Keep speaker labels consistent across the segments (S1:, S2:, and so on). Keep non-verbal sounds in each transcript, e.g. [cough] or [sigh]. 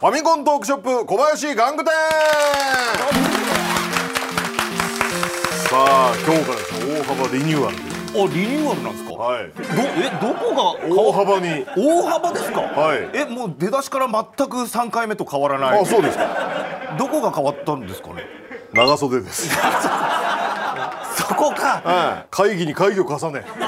S1: ァミコントークショップ小林玩具店さあ今日からですね大幅リニューアル
S2: おリニューアルなんですかど
S1: はい
S2: えどこが
S1: 大幅に
S2: 大幅ですか
S1: はい
S2: えもう出だしから全く3回目と変わらない
S1: あそうですか
S2: どこが変わったんですか
S1: [laughs]
S2: ね
S1: 長袖です、
S2: そこか
S1: はい、会議に会議を重ね
S2: え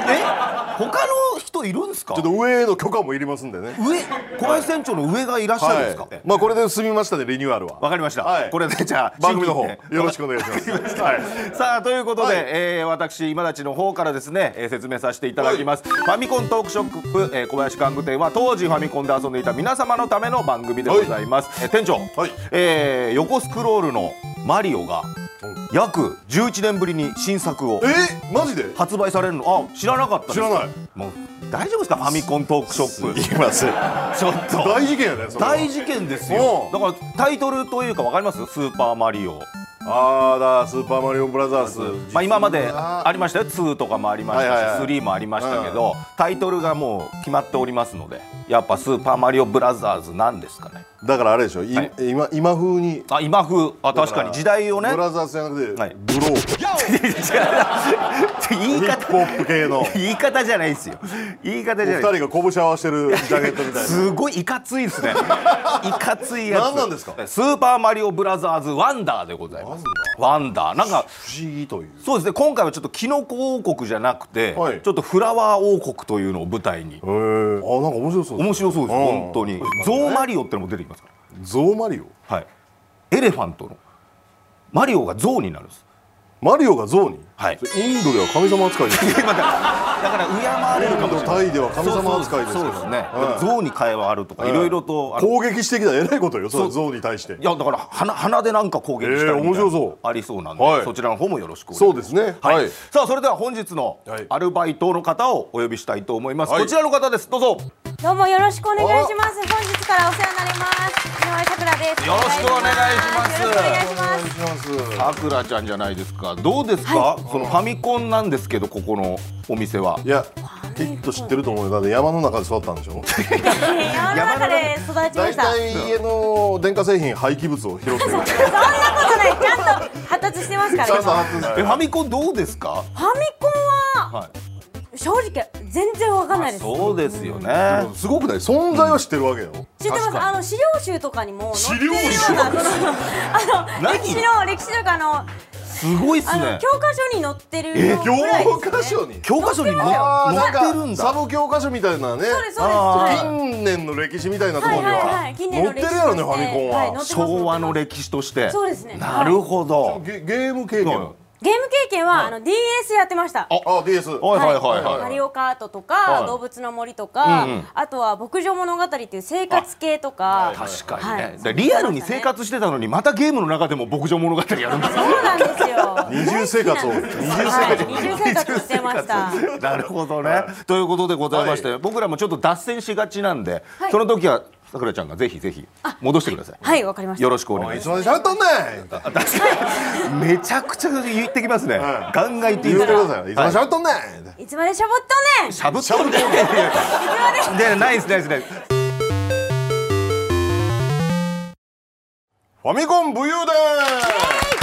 S2: 他の人いるんですか
S1: ちょっと上への許可もいりますんでね
S2: 上小林船長の上がいらっしゃるんですか、
S1: はい、まあこれで済みましたねリニューアルは
S2: わかりました、
S1: はい
S2: これでじゃあ
S1: 番組の方
S2: 新
S1: よ
S2: 規ね
S1: ろしくお願いします [laughs] はい
S2: [laughs] さあということで、
S1: はい
S2: えー私今立ちの方からですね、えー説明させていただきます、ファミコントークショップ、えー小林玩具店は当時ファミコンで遊んでいた皆様のための番組でございます、えー店長、
S1: はい
S2: えー横スクロールのマリオが約11年ぶりに新作を
S1: えマジで
S2: 発売されるのあ知らなかったです
S1: 知らない
S2: もう大丈夫ですかファミコントークショップ
S1: いません
S2: ちょっと
S1: 大事件やねそれは
S2: 大事件ですよ
S1: うん
S2: だからタイトルというかわかりますスーパーマリオ
S1: あーだスーパーマリオブラザーズ
S2: まあ、今まで
S1: あ
S2: ありましたよ2とかもありましたし、
S1: はいはいはい
S2: 3もありましたけど、タイトルがもう決まっておりますのでやっぱ「スーパーマリオブラザーズ」なんですかね
S1: だからあれでしょ、い
S2: はい
S1: 今今風に
S2: あ今風あ確かに時代をね
S1: ブラザーズじゃなくて、
S2: はい
S1: グロー
S2: [laughs] 言い
S1: ヒッ
S2: 方
S1: プホップ系の
S2: 言い方じゃないですよ言い方じゃ
S1: 二
S2: ない
S1: 人が拳合わせてるジャケットみたいな
S2: すごいいかついで
S1: [laughs]
S2: すねいかついやつ
S1: 何なんですか
S2: スーパーマリオブラザーズワンダーでございますワンダーなんか
S1: 不思議という
S2: そうですね今回はちょっとキノコ王国じゃなくて、
S1: はい
S2: ちょっとフラワー王国というのを舞台に
S1: へえあなんか面白そう
S2: 面白そうです、
S1: うん
S2: 本当にゾウマリオってのも出てきますか
S1: ゾウマリオ
S2: ら、はい、エレファントのマリオがゾウになるんです
S1: マリオがゾウに、
S2: はい
S1: それインドでは神様
S2: [laughs]
S1: 扱いですイン
S2: だから敬われるかも
S1: ド
S2: しれない
S1: タイでは神様扱いですけど
S2: そうそうそうですね、
S1: はい
S2: ゾウに変えはあるとかいろいろとあの
S1: 攻撃してきたらえらいことよそれ
S2: そう
S1: ゾウに対して
S2: いやだから鼻鼻でなんか攻撃したりみたいな
S1: えー面白そう
S2: ありそうなんで、
S1: はい
S2: そちらの方もよろしくお願いします
S1: そうですね
S2: はい、
S1: はい
S2: さあそれでは本日の
S1: はい
S2: アルバイトの方をお呼びしたいと思います、
S1: はい
S2: こちらの方ですどうぞよ
S3: どうもよろしくお願いします。本日からお世話になります。井上咲楽です。
S2: よろしくお願いします
S3: よろしくお願いしま
S1: お
S3: す。
S1: 願いします
S2: さくらちゃんじゃないですかどうですか、そのファミコンなんですけどここのお店はい
S1: やきっと知ってると思うよだって山の中で育ったんで
S2: [laughs]
S1: しょ
S3: 山の中で育ちま
S1: 大
S3: した。そん
S1: 体家の電化製品廃棄物を拾ってるから
S3: なことない。ちゃんと発達してますから。今ファミ
S2: えファミコンどうですか
S3: コンは
S2: は
S3: 正直全然わかんないです。
S2: そうですよね。
S1: すごくない存在は知ってるわけよ、
S3: 知ってま
S2: 確
S3: す。
S2: かに
S3: あの資料集とかにも載ってるよ
S1: 資料集
S3: うなあの
S2: 何
S3: 歴史の歴史とかあの
S2: すごいっ
S3: あ
S2: す
S3: の
S2: ね
S3: 教。科書に載ってるようぐらいですね。
S1: 教科書に
S2: 教科書に載
S3: 載って
S1: あー
S2: 載って
S1: な
S2: るん
S1: んかサ
S2: だ。
S1: ブ教科書みたいなね
S3: そうですそうで
S2: あ
S3: す。
S2: ー
S3: はい
S1: 近年の歴史みたいなところ
S3: はい
S1: に
S3: はい
S1: は、
S3: はい。近年
S1: 載
S3: の
S1: って
S3: 歴
S1: る
S3: 史
S1: やろねファミコンは、
S3: い載ってます
S2: 昭和の歴史として。
S3: そうですね
S2: なるほど。
S1: ゲゲーム経験は
S3: ゲーム経験は、あの DS やってました。
S1: あ DS
S2: はいはいはいはい。
S3: マリオカートとか、
S2: はい
S3: 動物の森とか、
S2: うんうん
S3: あとは牧場物語っていう生活系とか、
S2: 確かにね、
S3: はい
S2: だからリアルに生活してたのにまたゲームの中でも牧場物語やるんですよ
S3: そうなんですよ。
S1: 二重生活を
S3: はい
S1: 二重生活を
S3: 二重生活してました。
S2: なるほどね、ということでございまして、僕らもちょっと脱線しがちなんで、
S3: はい
S2: その時はさくらちゃんがぜひぜひ戻してください、
S3: はい、わかりました。
S2: よろしくお
S1: おい
S2: 願い
S1: い
S2: し
S1: つまで喋っとんねん
S2: ますめちゃくちゃ言ってきますね、
S1: はい
S2: ガンガン言って
S1: 言
S2: き
S1: って
S2: ま
S1: てく
S2: す
S1: ださいいつまで喋っとんねん
S3: いつまでしゃぼっとんねん。
S2: しゃぶっとるね。で、ないです、ないです、ないです。
S1: ファミコン武勇伝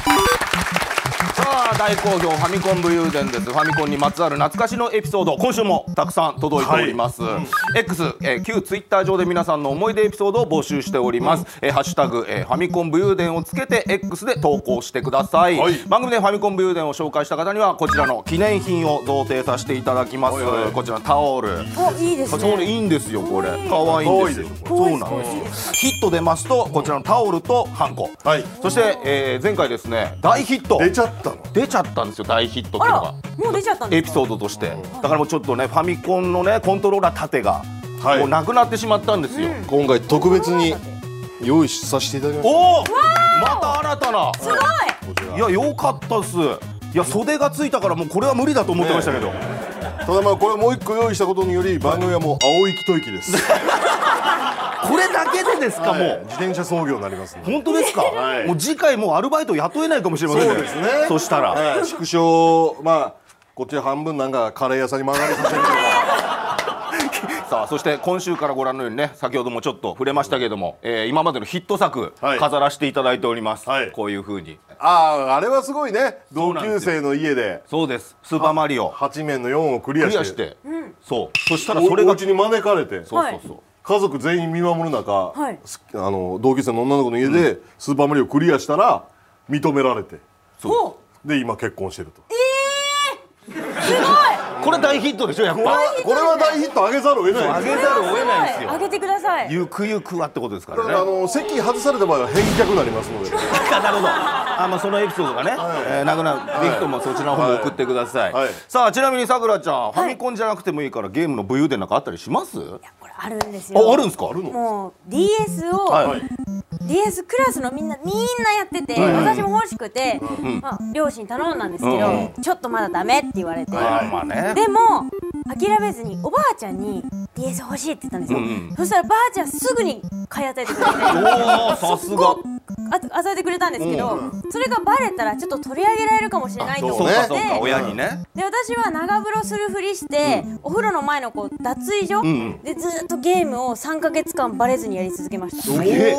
S2: さあ、大好評ファミコン武勇伝です。ファミコンにまつわる懐かしのエピソード、今週もたくさん届いております。X、えー旧ツイッター上で皆さんの思い出エピソードを募集しております。えーハッシュタグ、えーファミコン武勇伝をつけて X で投稿してください。
S1: はい
S2: 番組でファミコン武勇伝を紹介した方にはこちらの記念品を贈呈させていただきます。
S1: はいはい
S2: こちらのタオル。
S3: お、いいです
S2: これい
S3: ね。
S2: いんですよこれ可愛いんですよ
S1: 可
S2: そうなんですよヒット出ますとこちらのタオルとハンコ
S1: はい
S2: そして、えー前回ですね大ヒット
S1: 出ちゃったの
S2: 出ちゃったんですよ大ヒットっていう
S3: あ
S2: の
S3: ら
S2: が、
S3: もう出ちゃったんで
S2: エ
S3: す
S2: ピ
S3: か。
S2: ソードとしてだからもうちょっとねファミコンのねコントローラー盾が
S1: はい
S2: もうなくなってしまったんですよ、
S1: 今回特別に用意させていただきまし
S2: おおまた新たな
S3: すごい。
S2: いや良かったっすいや袖がついたからもうこれは無理だと思ってましたけど、
S1: たただまあこれもう一個用意したことにより番組はもう青いと息です
S2: これだけでですか、
S1: はい
S2: もう
S1: 自転車操業になりますね
S2: 本当ですか、
S1: はい
S2: もう次回もうアルバイト雇えないかもしれません
S1: そうですね
S2: そしたら、
S1: はい縮小まあこっち半分なんかカレー屋さんに曲がりさせるとか
S2: ささあそして今週からご覧のようにね先ほどもちょっと触れましたけれども、えー今までのヒット作、
S1: はい
S2: 飾らせていただいております、
S1: はい
S2: こういうふうに
S1: あああれはすごいね
S2: そ
S1: 同
S2: うなん
S1: 級
S2: ですよ
S1: 生の家で
S2: そうです「スーパーマリオ」
S1: 8面の4をクリア
S2: ク
S1: し
S2: リ
S1: て
S2: アして、そうそしたら
S1: お
S2: それ
S1: お
S2: が
S1: 家に招かれて
S2: そうそうそう、
S1: 家族全員見守る中、
S3: はい
S1: すあの同級生の女の子の家で「スーパーマリオ」クリアしたら認められて
S3: お
S1: で今結婚してると
S3: すごい
S2: これ大ヒットでしょやっ
S1: これ
S2: ぱ
S1: はこれは大ヒット上げざるを得ない
S2: 上
S1: です
S2: げざるを得ないです
S3: 上
S2: よ
S3: げてください
S2: ゆくゆくはってことですか
S1: だからあ
S2: らね
S1: の席外された場合は返却になります
S2: [laughs]
S1: ので
S2: なるほどあ、まあ、そのエピソードがね、えーなくなる、ぜひともそちらの方も送ってください、
S1: はいはい
S2: さあちなみにさくらちゃん、ファミコンじゃなくてもいいからゲームの武勇伝なんかあったりします
S3: これあるんですよ
S2: ああるんですかあるの
S3: もう DS を、
S1: はい
S3: DS クラスのみんなみんなやってて、私も欲しくて、まあ、両親に頼んだんですけど、ちょっとまだダメって言われて、
S2: あまあね
S3: でも諦めずにおばあちゃんに DS 欲しいって言ったんですよ、そしたらばあちゃんすぐに買い与えてくれて
S2: おおさすが
S3: あ与えてくれたんですけど、それがバレたらちょっと取り上げられるかもしれないと
S2: そ
S3: 思
S2: う
S3: っ
S1: ね
S2: か
S3: て
S2: そうか親にね、
S3: で私は長風呂するふりして、お風呂の前のこう脱衣所、でずっとゲームを3か月間バレずにやり続けました、
S2: え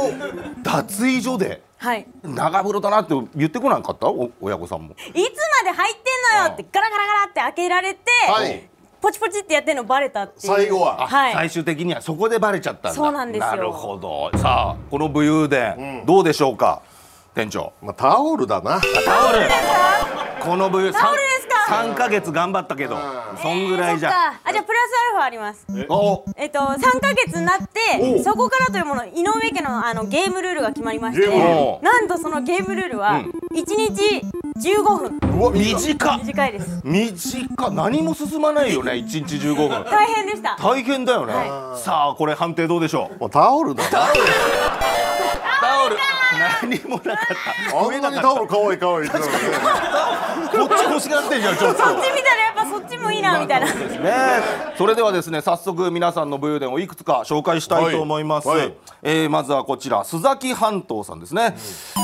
S2: 脱衣所で
S3: はい
S2: 長風呂だなって言ってこなかったお親御さんも
S3: いつまで入ってんのよってガラガラガラって開けられて、
S1: はい
S3: ポチポチってやってんのバレたっていう
S1: 最後は
S3: はい
S2: 最終的にはそこでバレちゃったんだ
S3: そうなんですよ
S2: なるほどさあこの武勇伝、どうでしょうか店長
S1: まあタオルだな
S2: タオルこの武勇
S3: タオルですか
S2: 三三ヶ月頑張ったけどそんぐらいじ
S3: そっ
S2: ゃ
S3: かあじゃあプラスアルファあります
S2: お
S3: えっと3ヶ月になってそこからというもの井上家のあのゲームルールが決まりまして
S1: ゲーム
S2: ルール
S3: なんとそのゲームルールは1日15分
S1: うわ
S2: 短っ
S3: 短いです
S2: 短っ何も進まないよね一日15分
S3: 大変でした
S2: 大変だよね、
S3: は
S2: さあこれ判定どうでしょう
S1: まあタオルだな
S2: タオル何もなかった
S1: あんなにタオル可愛い可愛いって言ってたのにね
S2: こっち欲しがってんじゃんちょっと
S3: そっち見たらやっぱそっちもいいなみたいな
S2: ねえそれではですね早速皆さんの武勇伝をいくつか紹介したいと思います、
S1: はいはい
S2: えーまずはこちら須崎半島さんですね、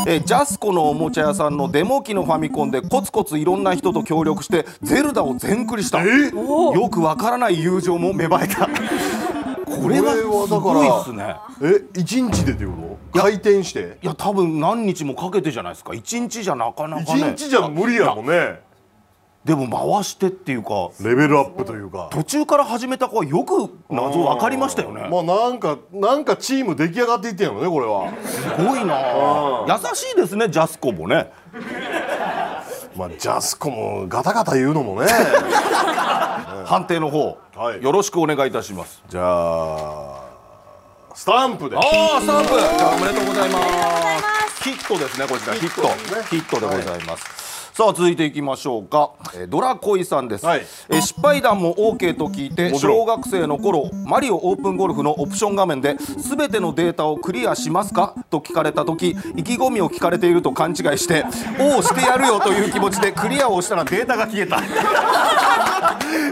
S2: えージャスコのおもちゃ屋さんのデモ機のファミコンでコツコツいろんな人と協力してゼルダを全クリしたよくわからない友情も芽生えたこれはすごいっすね
S1: え一日でっていうこと回転して
S2: いや多分何日もかけてじゃないですか一日じゃなかな
S1: 一
S2: かね
S1: 日じゃ無理やもんね
S2: でも回してっていうか
S1: レベルアップというか
S2: 途中から始めた子はよく謎分かりましたよね
S1: まあなんかなんかチーム出来上がっていってんやろねこれは
S2: すごいなあ優しいですねジャスコもね
S1: まあジャスコもガタガタ言うのもね [laughs]
S2: 判定の方、
S1: はい
S2: よろしくお願いいたします
S1: じゃあスタンプで
S2: ああスタンプおめでとうございま
S3: ざいます
S2: ヒットですねこちらヒット
S1: すね
S2: ヒットでございます、さあ続いていきましょうか、えードラコイさんです、
S1: はい
S2: えー失敗談も OK と聞いて
S1: 面白い
S2: 小学生の頃マリオオープンゴルフのオプション画面で全てのデータをクリアしますかと聞かれた時意気込みを聞かれていると勘違
S1: [laughs]
S2: いして「おおしてやるよ」という気持ちでクリアをしたらデータが消えた
S1: [laughs]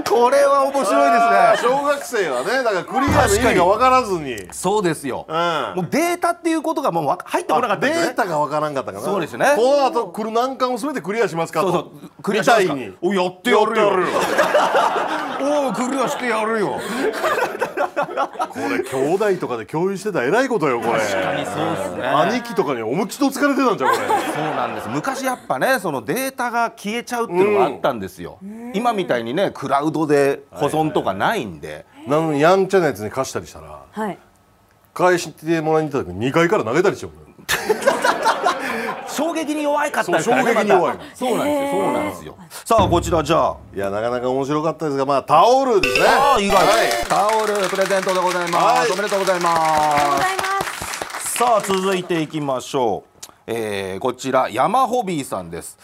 S2: これは面白いですね
S1: あー小学生はねだからクリアの意味が分からずに
S2: そうですよ、
S1: うん
S2: もうデータっていうことがもうわ入ってこなかった
S1: デ
S2: んです
S1: ー
S2: ね
S1: タが分からんかったから
S2: そうですね
S1: この後来る難関を全てクリアしますか
S2: そ
S1: と
S2: うそうクリアしますか
S1: みたいに
S2: おやってやるよ
S1: やってやるよ
S2: おおクリアしてやるよ
S1: これ兄弟とかで共有してたらえらいことよこれ
S2: そうですね
S1: 兄貴とかに思いっきり疲れてたんじゃうこれ
S2: [laughs] そうなんです昔やっぱねそのデータが消えちゃうっていうのがあったんですよ、今みたいにねクラウドで保存とかないんで、
S1: なのにやんちゃなやつに貸したりしたら
S3: はい
S1: 返してもらいに行った時2階から投げたりしようのよ
S2: 衝撃に弱いかったですからね
S1: そう衝撃に弱い
S2: またそうなんですよそうなんですよさあこちらじゃあ
S1: いやなかなか面白かったですがまあタオルですね
S2: ああ意外、
S1: はい
S2: タオルプレゼントでございます、
S1: はい
S2: おめでとうございます
S3: ございます
S2: さあ続いていきましょう、えーこちら山ホビーさんです、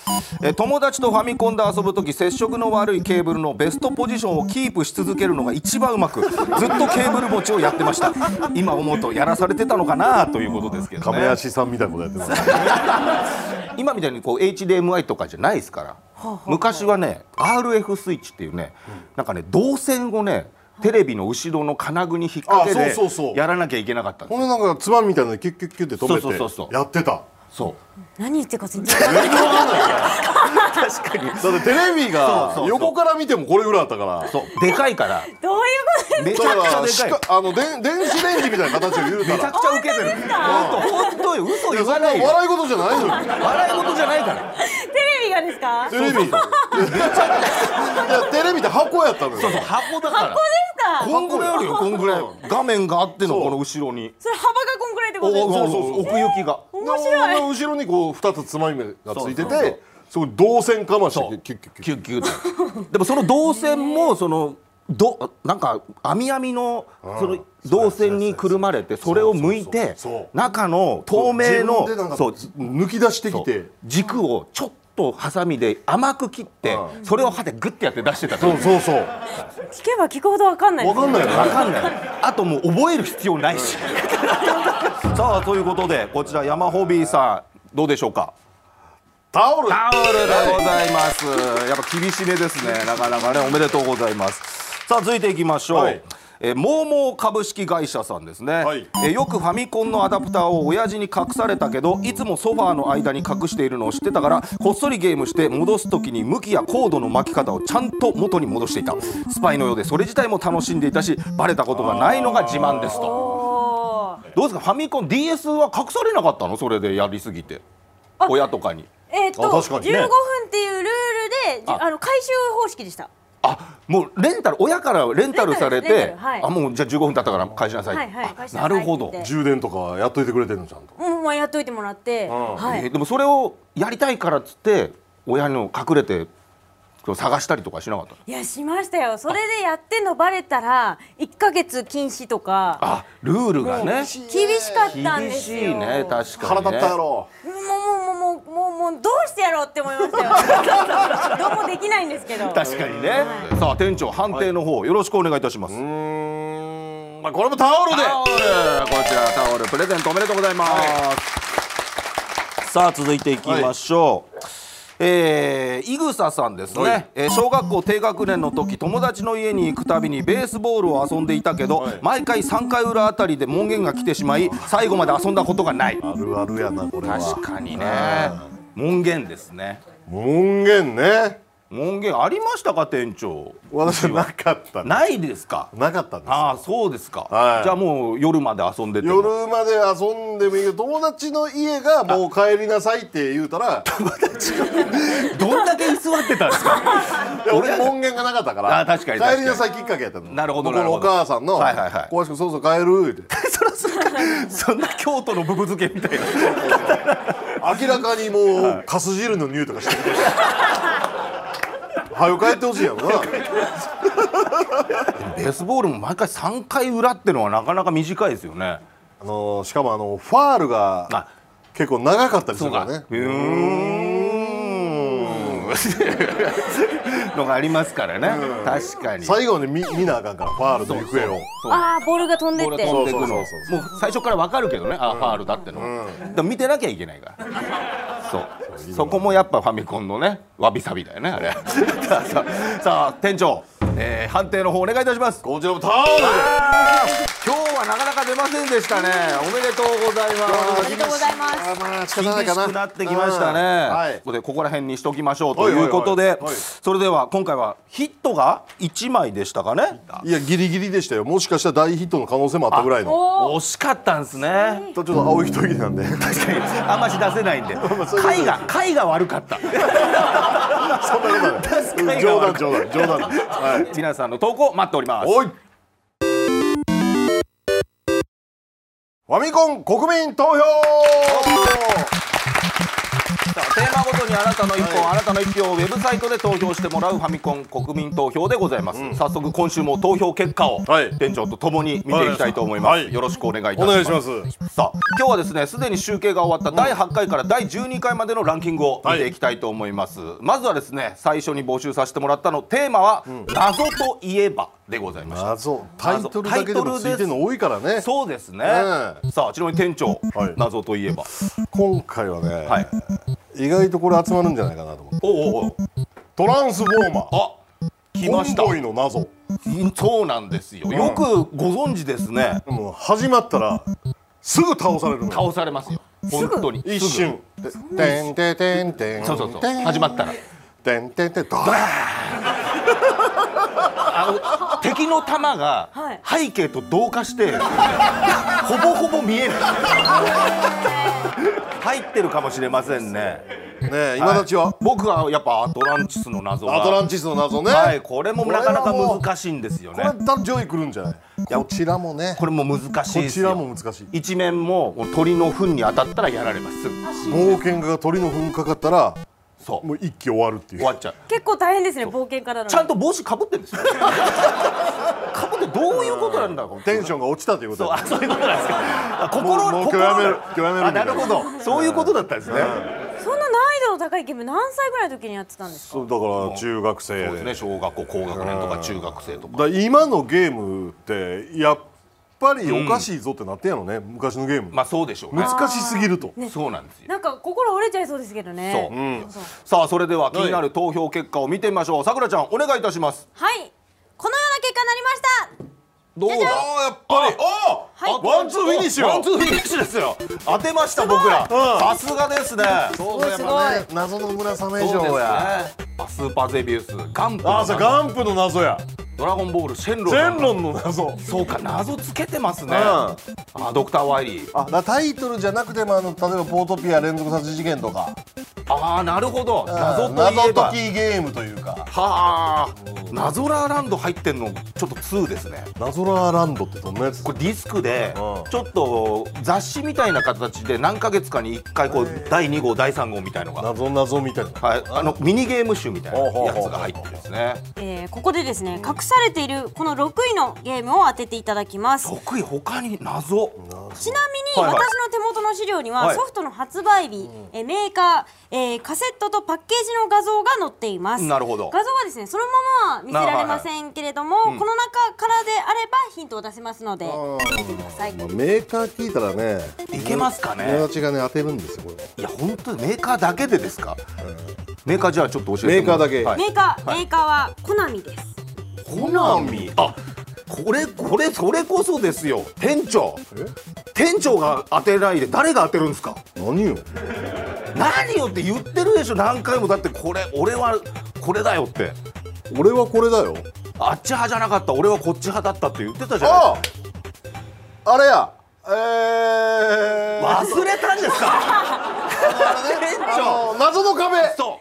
S2: えー友達とファミコンで遊ぶ時接触の悪いケーブルのベストポジションをキープし続けるのが一番うまくずっとケーブル持ちをやってました今思うとやらされてたのかなということですけど
S1: 亀
S2: ね
S1: 足さんみたいなことやってます [laughs]
S2: 今みたいにこう HDMI とかじゃないですから、昔はね RF スイッチっていうね、なんかね導線をねテレビの後ろの金具に引っ掛け
S1: あ
S2: て
S1: そうそうそう
S2: やらなきゃいけなかったんです
S1: これなんかつばみたいなのでキュッキュッキュッて止めて
S2: そうそうそうそう
S1: やってたそう
S3: 何言ってる [laughs] か全然わかんない
S1: だってテレビが横から見てもこれぐらいだったから
S2: そうでかいから
S3: どういうこと [laughs] ですか
S2: めちゃくちゃで
S1: し
S2: かい
S1: かあので電子レンジみたいな形で言うた
S2: めちゃ
S1: ら
S2: くちゃウケてる本当本当よ嘘
S1: いや
S2: 言
S1: そ
S2: わ
S1: んな
S2: ないよ
S1: 笑い事じゃないのよ
S2: 笑い事じゃないから
S3: テレビがですか
S1: テレビいやテレビって箱やったのよ
S2: 箱だから
S3: ですか
S2: こんぐらいあるよこんぐらい画面があっての
S1: そう
S2: この後ろに
S3: それ幅がこんぐらいって
S2: お
S3: ことですか
S2: おお奥行きが
S3: 面白い
S1: の後ろにこう二つつまみがついて
S2: そうそうそう
S1: てそこに銅線かまし
S2: そ
S1: て
S2: う
S1: キュッキュッキュッ
S2: キュッキュッとでもその動線もそのどなんか網網のその動線にくるまれてそれを向い
S1: そうそ
S2: て
S1: うそう
S2: 中の透明
S1: 自分でなん
S2: の
S1: か
S2: そう
S1: 抜き出してきて
S2: 軸をちょっとハサミで甘く切って
S1: う
S2: それを歯でグッてやって出してたから
S1: そうそうそう
S3: 聞けば聞くほどわかんない
S1: わかんないよね
S2: わかんないあともう覚える必要な
S1: [laughs]
S2: いしさあということでこちら山ホビーさんどうでしょうか
S1: タオル
S2: タオルでございます。やっぱ厳しめですね。なかなかね、おめでとうございます。さあ、続いていきましょう。
S1: はい
S2: えーモーモー株式会社さんですね、
S1: はい
S2: えーよくファミコンのアダプターを親父に隠されたけどいつもソファーの間に隠しているのを知ってたからこっそりゲームして戻す時に向きやコードの巻き方をちゃんと元に戻していたスパイのようでそれ自体も楽しんでいたしバレたことがないのが自慢ですと
S3: おー
S2: どうですかファミコン DS は隠されなかったのそれでやりすぎて
S3: あ
S2: 親とかに
S3: えーっと
S1: あ確かにね
S3: 15分っていうルールでじゅ
S2: あ
S3: あの回収方式でした
S2: あもうレンタル親からレンタルされ
S3: レンタルレ
S2: て
S3: ンタルはい
S2: あもうじゃあ15分経ったから返しなさい、
S3: はいはい
S2: あ
S3: 返しなさ
S2: ないるほど
S3: って
S1: 充電とかやっといてくれてるのちゃんと
S3: うんまあやっといてもらって
S1: ん
S3: は
S2: えー
S3: い
S2: でもそれをやりたいからっつって親の隠れてこう探したりとかしなかった
S3: いやしましたよそれでやってんのバレたら1ヶ月禁止とか
S2: あルールがね
S3: 厳しかったん
S2: 厳
S3: です
S2: し
S3: よ
S2: いね確か
S1: 腹
S2: に
S1: 立
S2: ね
S1: ったやろ
S3: もうもうもうもうもうもうどうしてやろうって思いましたよ [laughs] どうもできないんですけど
S2: 確かにね、さあ店長判定の方よろしくお願いいたします、
S1: うーんまあこれもタオルで
S2: タオルこちらタオルプレゼントおめでとうございます、さあ続いていきましょう、えー、イグサさんですね、
S1: はい
S2: えー小学校低学年の時友達の家に行くたびにベースボールを遊んでいたけど、
S1: はい
S2: 毎回3回裏あたりで門限が来てしまい最後まで遊んだことがない
S1: あるあるやなこれは
S2: 確かにね門限ですね
S1: 門限ね
S2: 門限ありましたか店長
S1: 私はなかったね
S2: ないですか
S1: なかったんですよ
S2: ああそうですか、
S1: はい
S2: じゃあもう夜まで遊んでても
S1: 夜まで遊んでもいいけど友達の家がもう帰りなさいって言うた
S2: [laughs]
S1: ら
S2: どんだけ居座ってたんですか
S1: いや俺門限がなかったから
S2: あ確かに確かに
S1: 帰りなさいきっかけやったの
S2: なるほど
S1: 向こうの
S2: なるほど
S1: お母さんの
S2: はいはいはい
S1: 小林君そろそろ帰る」って
S2: そらそらそんな京都のブブ漬けみたいな
S1: 明らかにもうかす汁の匂いとかしてるはよ帰ってほしいやろな
S2: [laughs] ベースボールも毎回3回裏ってのはなかなか短いですよね。
S1: あのしかもあのファールが
S2: あ
S1: 結構長かったりするからね
S2: うーん。 [laughs] のがありますからね。確かに。
S1: 最後に見見なあかんからファールの行方を
S3: ああボールが飛んでっ
S2: ボール
S3: て
S2: が飛んでくの。
S1: そ
S2: も
S1: う
S2: う
S1: そう
S2: 最初からわかるけどね。あ、ファールだってのは。でも見てなきゃいけないから。そう。そこもやっぱファミコンのね、わびさびだよね [laughs] あれ。さあさあさあ店長、えー判定の方お願いいたします。
S1: こちらもタオルで
S2: 今日はなかなか出ませんでしたね。おめでとうござい
S3: お
S2: ます
S3: め。でとうございます
S1: あまあ仕方ないか
S2: 厳し
S1: な
S2: くなってきました
S1: うん
S2: ね、
S1: はい
S2: ここでここら辺にしときましょうということで、
S1: はいはいはいはい
S2: それでは今回はヒットが1枚でしたかね
S1: いやギリギリでしたよもしかしたら大ヒットの可能性もあったぐらいの
S3: おお
S2: 惜しかったんですね
S1: ちょっと青い一息 [laughs] なんで
S2: 確かにあん [laughs] まし出せないんで
S1: そういうことです
S2: 回が回が悪かった [laughs]
S1: そんなことない
S2: 確かに
S1: 冗談冗談冗談はい
S2: 皆さんの投稿待っております
S1: おいファミコン国民投票
S2: さあテーマごとにあなたの一本、あなたの一票をウェブサイトで投票してもらうファミコン国民投票でございます、早速今週も投票結果を、
S1: はい
S2: 店長とともに見ていきたいと思います、
S1: はい
S2: よろしくお願いいた
S1: お
S2: しま
S1: 願
S2: す
S1: いします
S2: さあ今日はですねすでに集計が終わった第8回から第12回までのランキングを見ていきたいと思います、まずはですね最初に募集させてもらったのテーマは「謎といえば」でございました、
S1: 謎タイトルだけでもついてるの多いからね
S2: そうですね、
S1: う
S2: さあちなみに店長、
S1: はい
S2: 謎といえば
S1: 今回はね、
S2: はい
S1: 意外とこれ集まるんじゃないかなと思って
S2: おうおう
S1: トランスフォーマー
S2: おうあ来ました
S1: コンボイの謎
S2: そうなんですよよくご存知ですね
S1: もう始まったらすぐ倒されるのよ
S2: 倒されますよ本当に
S1: 一瞬てんてんてんてん
S2: そうそうそう始まったら
S1: てんてんてんドーン
S2: あの敵の弾が
S3: はい
S2: 背景と同化して、
S1: [laughs]
S2: ほぼほぼ見えない入ってるかもしれませんね
S1: ねえ今立ちは
S2: 僕はやっぱアトランチスの謎が
S1: アトランティスの謎ね
S2: はいこれもなかな
S1: こ
S2: か
S1: れはもう
S2: 難しいんですよ
S1: こ
S2: ね
S1: れだ上位来るんじゃないこちらもね
S2: これも難しい
S1: こ
S2: です
S1: ち
S2: よ
S1: らも難しい
S2: 一面もこう鳥の糞に当たったらやられますすぐ
S1: 冒険家が鳥の糞かかったら
S2: そう
S1: もう一気終わるっていう
S2: 終わっちゃう
S3: 結構大変ですね冒険家なのに
S2: ちゃんと帽子かぶってんですよ [laughs] かぶってどういうことなんだろう
S1: テンションが落ちたということ
S2: そう
S1: だ
S2: あそういうことなんですかあ
S1: も
S2: 心
S1: うもう
S2: 心
S1: 今日やめる今日やめる
S2: あ
S1: みた
S2: ない
S1: な
S2: るほどそういうことだったんですね
S3: そんな難易度の高いゲーム何歳ぐらいの時にやってたんですか
S1: そうだから中学生
S2: そうですね小学校高学年とか中学生とか
S1: だから今のゲームってやっぱりおかしいぞってなってんやろね、昔のゲーム、
S2: まあそうでしょうね
S1: 難しすぎると、
S2: そうなんですよ
S3: なんか心折れちゃいそうですけどね
S2: そうさあそれでは気になる投票結果を見てみましょうさくらちゃんお願いいたします
S3: はいこのような結果になりました
S2: どうだ
S3: じゃじゃん
S2: やっぱり
S3: はい
S2: あワンツーフィニッシュワンツーフィニッシュですよ [laughs] 当てました僕らさすがですねそう
S3: すごい
S1: ね謎の村雨
S2: ですね
S1: 城
S2: スーパーゼビウスガンプ
S1: ああそうガンプの謎や
S2: ドラゴンボールシェンロン
S1: ゼンロンの謎
S2: そうか謎つけてますね、
S1: ん
S2: あドクターワイリー
S1: あだからタイトルじゃなくてもあの例えばポートピア連続殺人事件とか
S2: ああなるほど
S1: う
S2: 謎
S1: ん
S2: といえば
S1: 謎解きゲームというか
S2: はあ謎ラーランド入ってんのちょっと2ですね
S1: 謎ラーランドってどんなやつ
S2: これディスクで
S1: うん
S2: ちょっと雑誌みたいな形で何ヶ月かに1回こう第2号第3号みたいのが、
S1: 謎謎みたいな
S2: はい、あのミニゲーム集みたいなやつが入ってるんですね
S3: えーここでですね隠されているこの6位のゲームを当てていただきます
S2: 得意他に謎
S3: ちなみに
S2: はいはい
S3: 私の手元の資料には
S2: はい
S3: ソフトの発売日、えーメーカー、えーカセットとパッケージの画像が載っています
S2: なるほど
S3: 画像はですねそのままは見せられませんけれども、この中からであればヒントを出せますので見てください
S1: メーカー聞いたらね
S2: いけますかね
S1: 達がね当てるんですよこれ
S2: いや本当にメーカーだけでですか、メーカーじゃあちょっと教えて
S1: メーカーだけ
S2: はい
S3: メーカー、メーカーはコナミです
S2: コナミあこれこれそれこそですよ店長店長が当てないで誰が当てるんですか
S1: 何よ
S2: 何よって言ってるでしょ何回もだってこれ俺はこれだよって
S1: 俺はこれだよ
S2: あっち派じゃなかった俺はこっち派だったって言ってたじゃない
S1: ああれやえー、
S2: 忘れたんですか店長
S1: あの謎の壁
S2: そう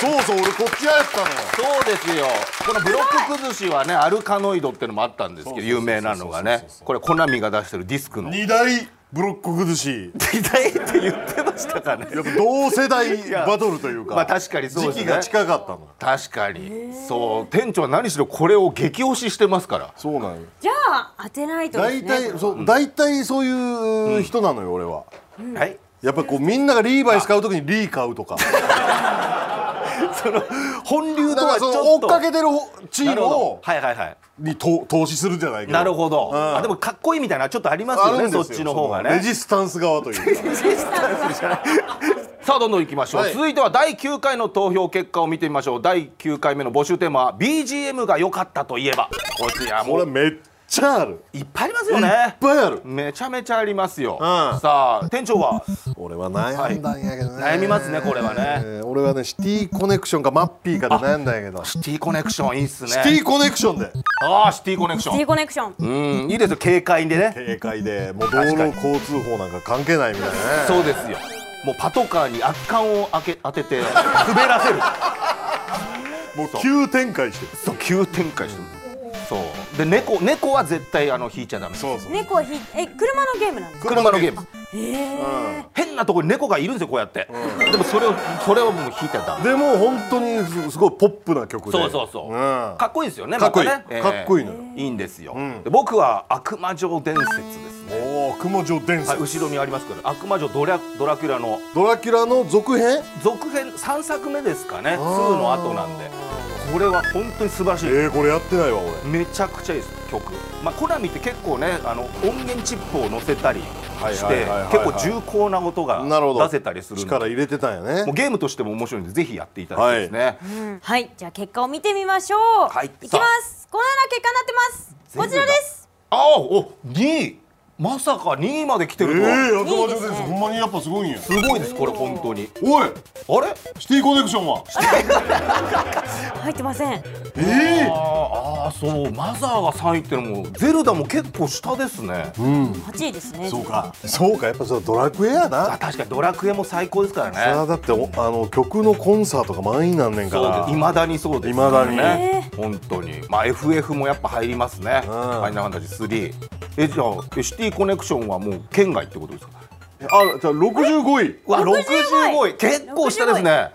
S1: そうそう俺こっちやったのよ
S2: そうですよこのブロック崩しはねアルカノイドってのもあったんですけど有名なのがねこれコナミが出してるディスクの
S1: 二大ブロック崩し
S2: 時代って言ってましたかね
S1: やっぱ同世代
S2: や
S1: バトルというか
S2: まあ確かにそうですね
S1: 時期が近かったの
S2: 確かにそう店長は何しろこれを激推ししてますから
S1: そうなんよ
S3: じゃあ当てないとで
S1: 大
S3: すね
S1: 体そう大体そういう人なのよ俺は
S2: はい
S1: やっぱこうみんながリーバイス買うときにリー買うとか
S2: その本流
S1: だ
S2: と
S1: か
S2: は
S1: ら
S2: ち
S1: そ
S2: ょっ
S1: の追
S2: と
S1: っかけてるチー
S2: な
S1: ム
S2: るほど
S1: を
S2: はいはいはい
S1: に投投資するじゃないけど
S2: なるほど、
S1: ん
S2: あでもかっこいいみたいなのちょっとあります
S1: あ
S2: よ
S1: るんで
S2: ね
S1: すよ
S2: そっちの方が
S1: その
S2: ね
S1: レジスタンス側というか
S2: [laughs] さあどんどん行きましょう、
S1: はい
S2: 続いては第9回の投票結果を見てみましょう第9回目の募集テーマは BGM が良かったといえばこちら
S1: こ
S2: も
S1: れ
S2: う
S1: めっちゃある
S2: いっぱいありますよ
S1: いっ
S2: ね
S1: ぱいある
S2: めちゃめちゃありますよ、
S1: ん
S2: さあ店長は
S1: 俺は悩んだんやけどね、
S2: はい悩みますねこれはね
S1: えー俺はねシティコネクションかマッピーかで悩んだんやけどシ
S2: シティコネクションいいっすね
S1: ティコネクションで
S2: ああシティコネクショ
S3: T
S2: ン
S3: コネクション
S2: うんいいですよ軽快でね
S1: 警戒でもう道路交通法なんか関係ないみたいなね
S2: そうですよもうパトカーに圧巻を開け当て [laughs] て滑らせる
S1: もう急展開してる
S2: そう急展開してるそうで猫猫は絶対あの引いちゃダメ
S1: そうそう
S3: 猫はひえ車のゲームなんですか
S2: 車のゲーム
S3: えー
S2: 変なとこに猫がいるんですよこうやって、でもそれをそれをもう引いちゃダメ
S1: でも本当にすすごいポップな曲で
S2: そうそうそ
S1: ん
S2: う、かっこいいですよね
S1: かっこいい
S2: またね
S1: かっこいいのよ
S2: いいんですよ、で僕は悪魔城伝説ですね、
S1: おお雲上伝
S2: はい、
S1: 説
S2: 後ろにありますけど悪魔城ドラドラキュラの
S1: ドラキュラの続編
S2: 続編3作目ですかね2の後なんでこれは本当に素晴らしい
S1: えー、これやってないわ俺
S2: めちゃくちゃいいです曲まあコナミって結構ねあの音源チップを載せたり
S1: はい
S2: し
S1: はい
S2: て
S1: はいはい
S2: 結構重厚な音が
S1: なるほど
S2: 出せたりするんで
S1: 力入れてたんや
S2: もう
S1: ね
S2: ゲームとしても面白いんでぜひやっていただきたいですね、
S3: はい、じゃあ結果を見てみましょう。
S2: はい
S3: いきます。このような結果になってます。こちらです。
S2: ああお2位まさか2位まで来て
S1: ええ
S2: ると
S1: 150
S2: は、
S1: ですほんまにやっぱすごいんや
S2: すごいですこれ本当に
S1: おい
S2: あれ
S1: シティコネクションは
S3: 入ってません
S1: え
S2: あーあーそうマザーが3位ってのもゼルダも結構下ですね、
S3: 8位ですね
S1: えそうかそうかやっぱそれはドラクエやな
S2: あ確かにドラクエも最高ですから
S1: それは
S2: ね
S1: だっておあの曲のコンサートが満員なんねんか
S2: そう
S1: ら
S2: いまだにそうです
S1: 未だに
S2: ね本当にまあ FF もやっぱ入りますね、ファイナルファンタジー3えじゃあえシティコネクションはもう県外ってことですか
S1: あじゃあ65位
S2: うわ
S3: 65
S2: 65位結構下ですね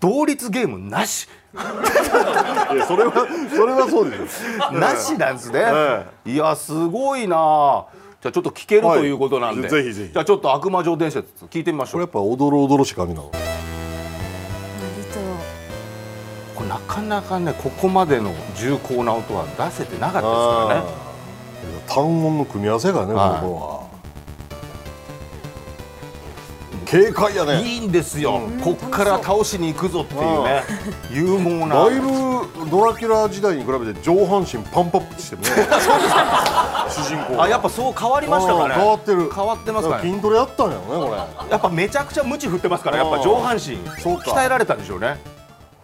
S2: 同率ゲームなし
S1: いやそれはそれはそうですよ
S2: [laughs] なしなんですね、
S1: え
S2: いやすごいなじゃあちょっと聞ける
S1: はい
S2: ということなんで、
S1: ぜひぜひ
S2: じゃあちょっと悪魔城伝説聞いてみまし
S1: こ
S2: ょ
S1: れや
S2: う
S1: っぱおどろおどろしい感じなの
S3: 割と
S2: これなかなかねここまでの重厚な音は出せてなかったですからね
S1: あー単音の組み合わせがね、
S2: はい
S1: この頃は軽快やね
S2: いいんですよ、こっから倒しに行くぞっていうね、勇猛な
S1: だいぶドラキュラ時代に比べて上半身パンプアップ
S2: [laughs]
S1: してるね主人公
S2: あやっぱそう変わりましたか
S1: うん
S2: ね
S1: 変わってる
S2: 変わってますかね
S1: 筋トレやったんやろね
S2: やっぱめちゃくちゃムチ振ってますからやっぱ上半身
S1: そうか
S2: 鍛えられたんでしょうねあ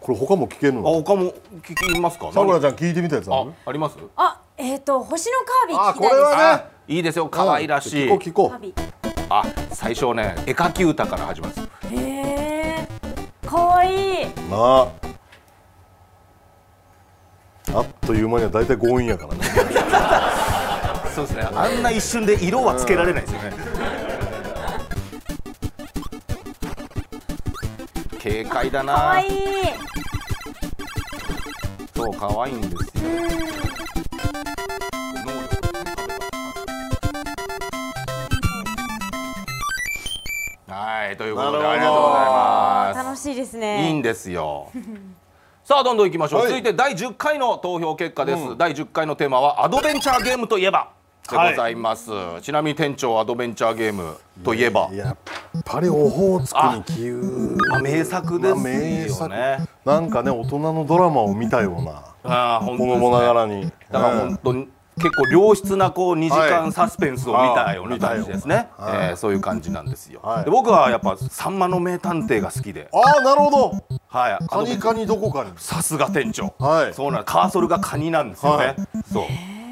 S1: これこれ他も聞けるの
S2: 他も聞きますか
S1: さくらちゃん聞いてみたやつあ
S2: あ
S1: る
S2: あります
S3: あえっ、と星のカービィ聞きたい
S1: あこれはね
S2: あいいですよ可愛らしい
S1: 聞こう聞
S3: カ
S1: こ
S3: ービ
S2: あ最初ね絵描き歌から始まるんです
S3: ィへえかわいいう
S1: なああっという間には大体強引やからね
S2: そうですねあんな一瞬で色はつけられないですよね軽快だ
S3: かわ
S2: ない
S3: い
S2: そう可愛いんですよ能力はいということで
S1: な
S2: あり
S1: る
S2: が
S1: ほ
S2: とう
S1: ど
S2: ございます
S3: 楽しいです
S2: いい
S3: ね
S2: んですよ。 [laughs] さあどんどん行きましょう、
S1: はい
S2: 続いて第10回の投票結果です、
S1: うん
S2: 第10回のテーマはアドベンチャーゲームといえばでございます、ちなみに店長アドベンチャーゲームといえば
S1: やっぱりオホーツクに気う
S2: あ名作ですよね、
S1: なんかね大人のドラマを見たよう
S2: [laughs]
S1: な
S2: ああ本当
S1: 子
S2: です
S1: 供な
S2: ね
S1: がらに
S2: だから本当に結構良質なこう2時間サスペンスを見たような感じですね、
S1: はいはい
S2: えーそういう感じなんですよ、
S1: はい
S2: で僕はやっぱ「さんまの名探偵」が好きで、
S1: ああなるほど
S2: はい、ア
S1: カ
S2: ドベン
S1: ニカニどこかに
S2: さすが店長、
S1: はい
S2: そうなんカーソルがカニなんですよね、
S1: はい
S2: そう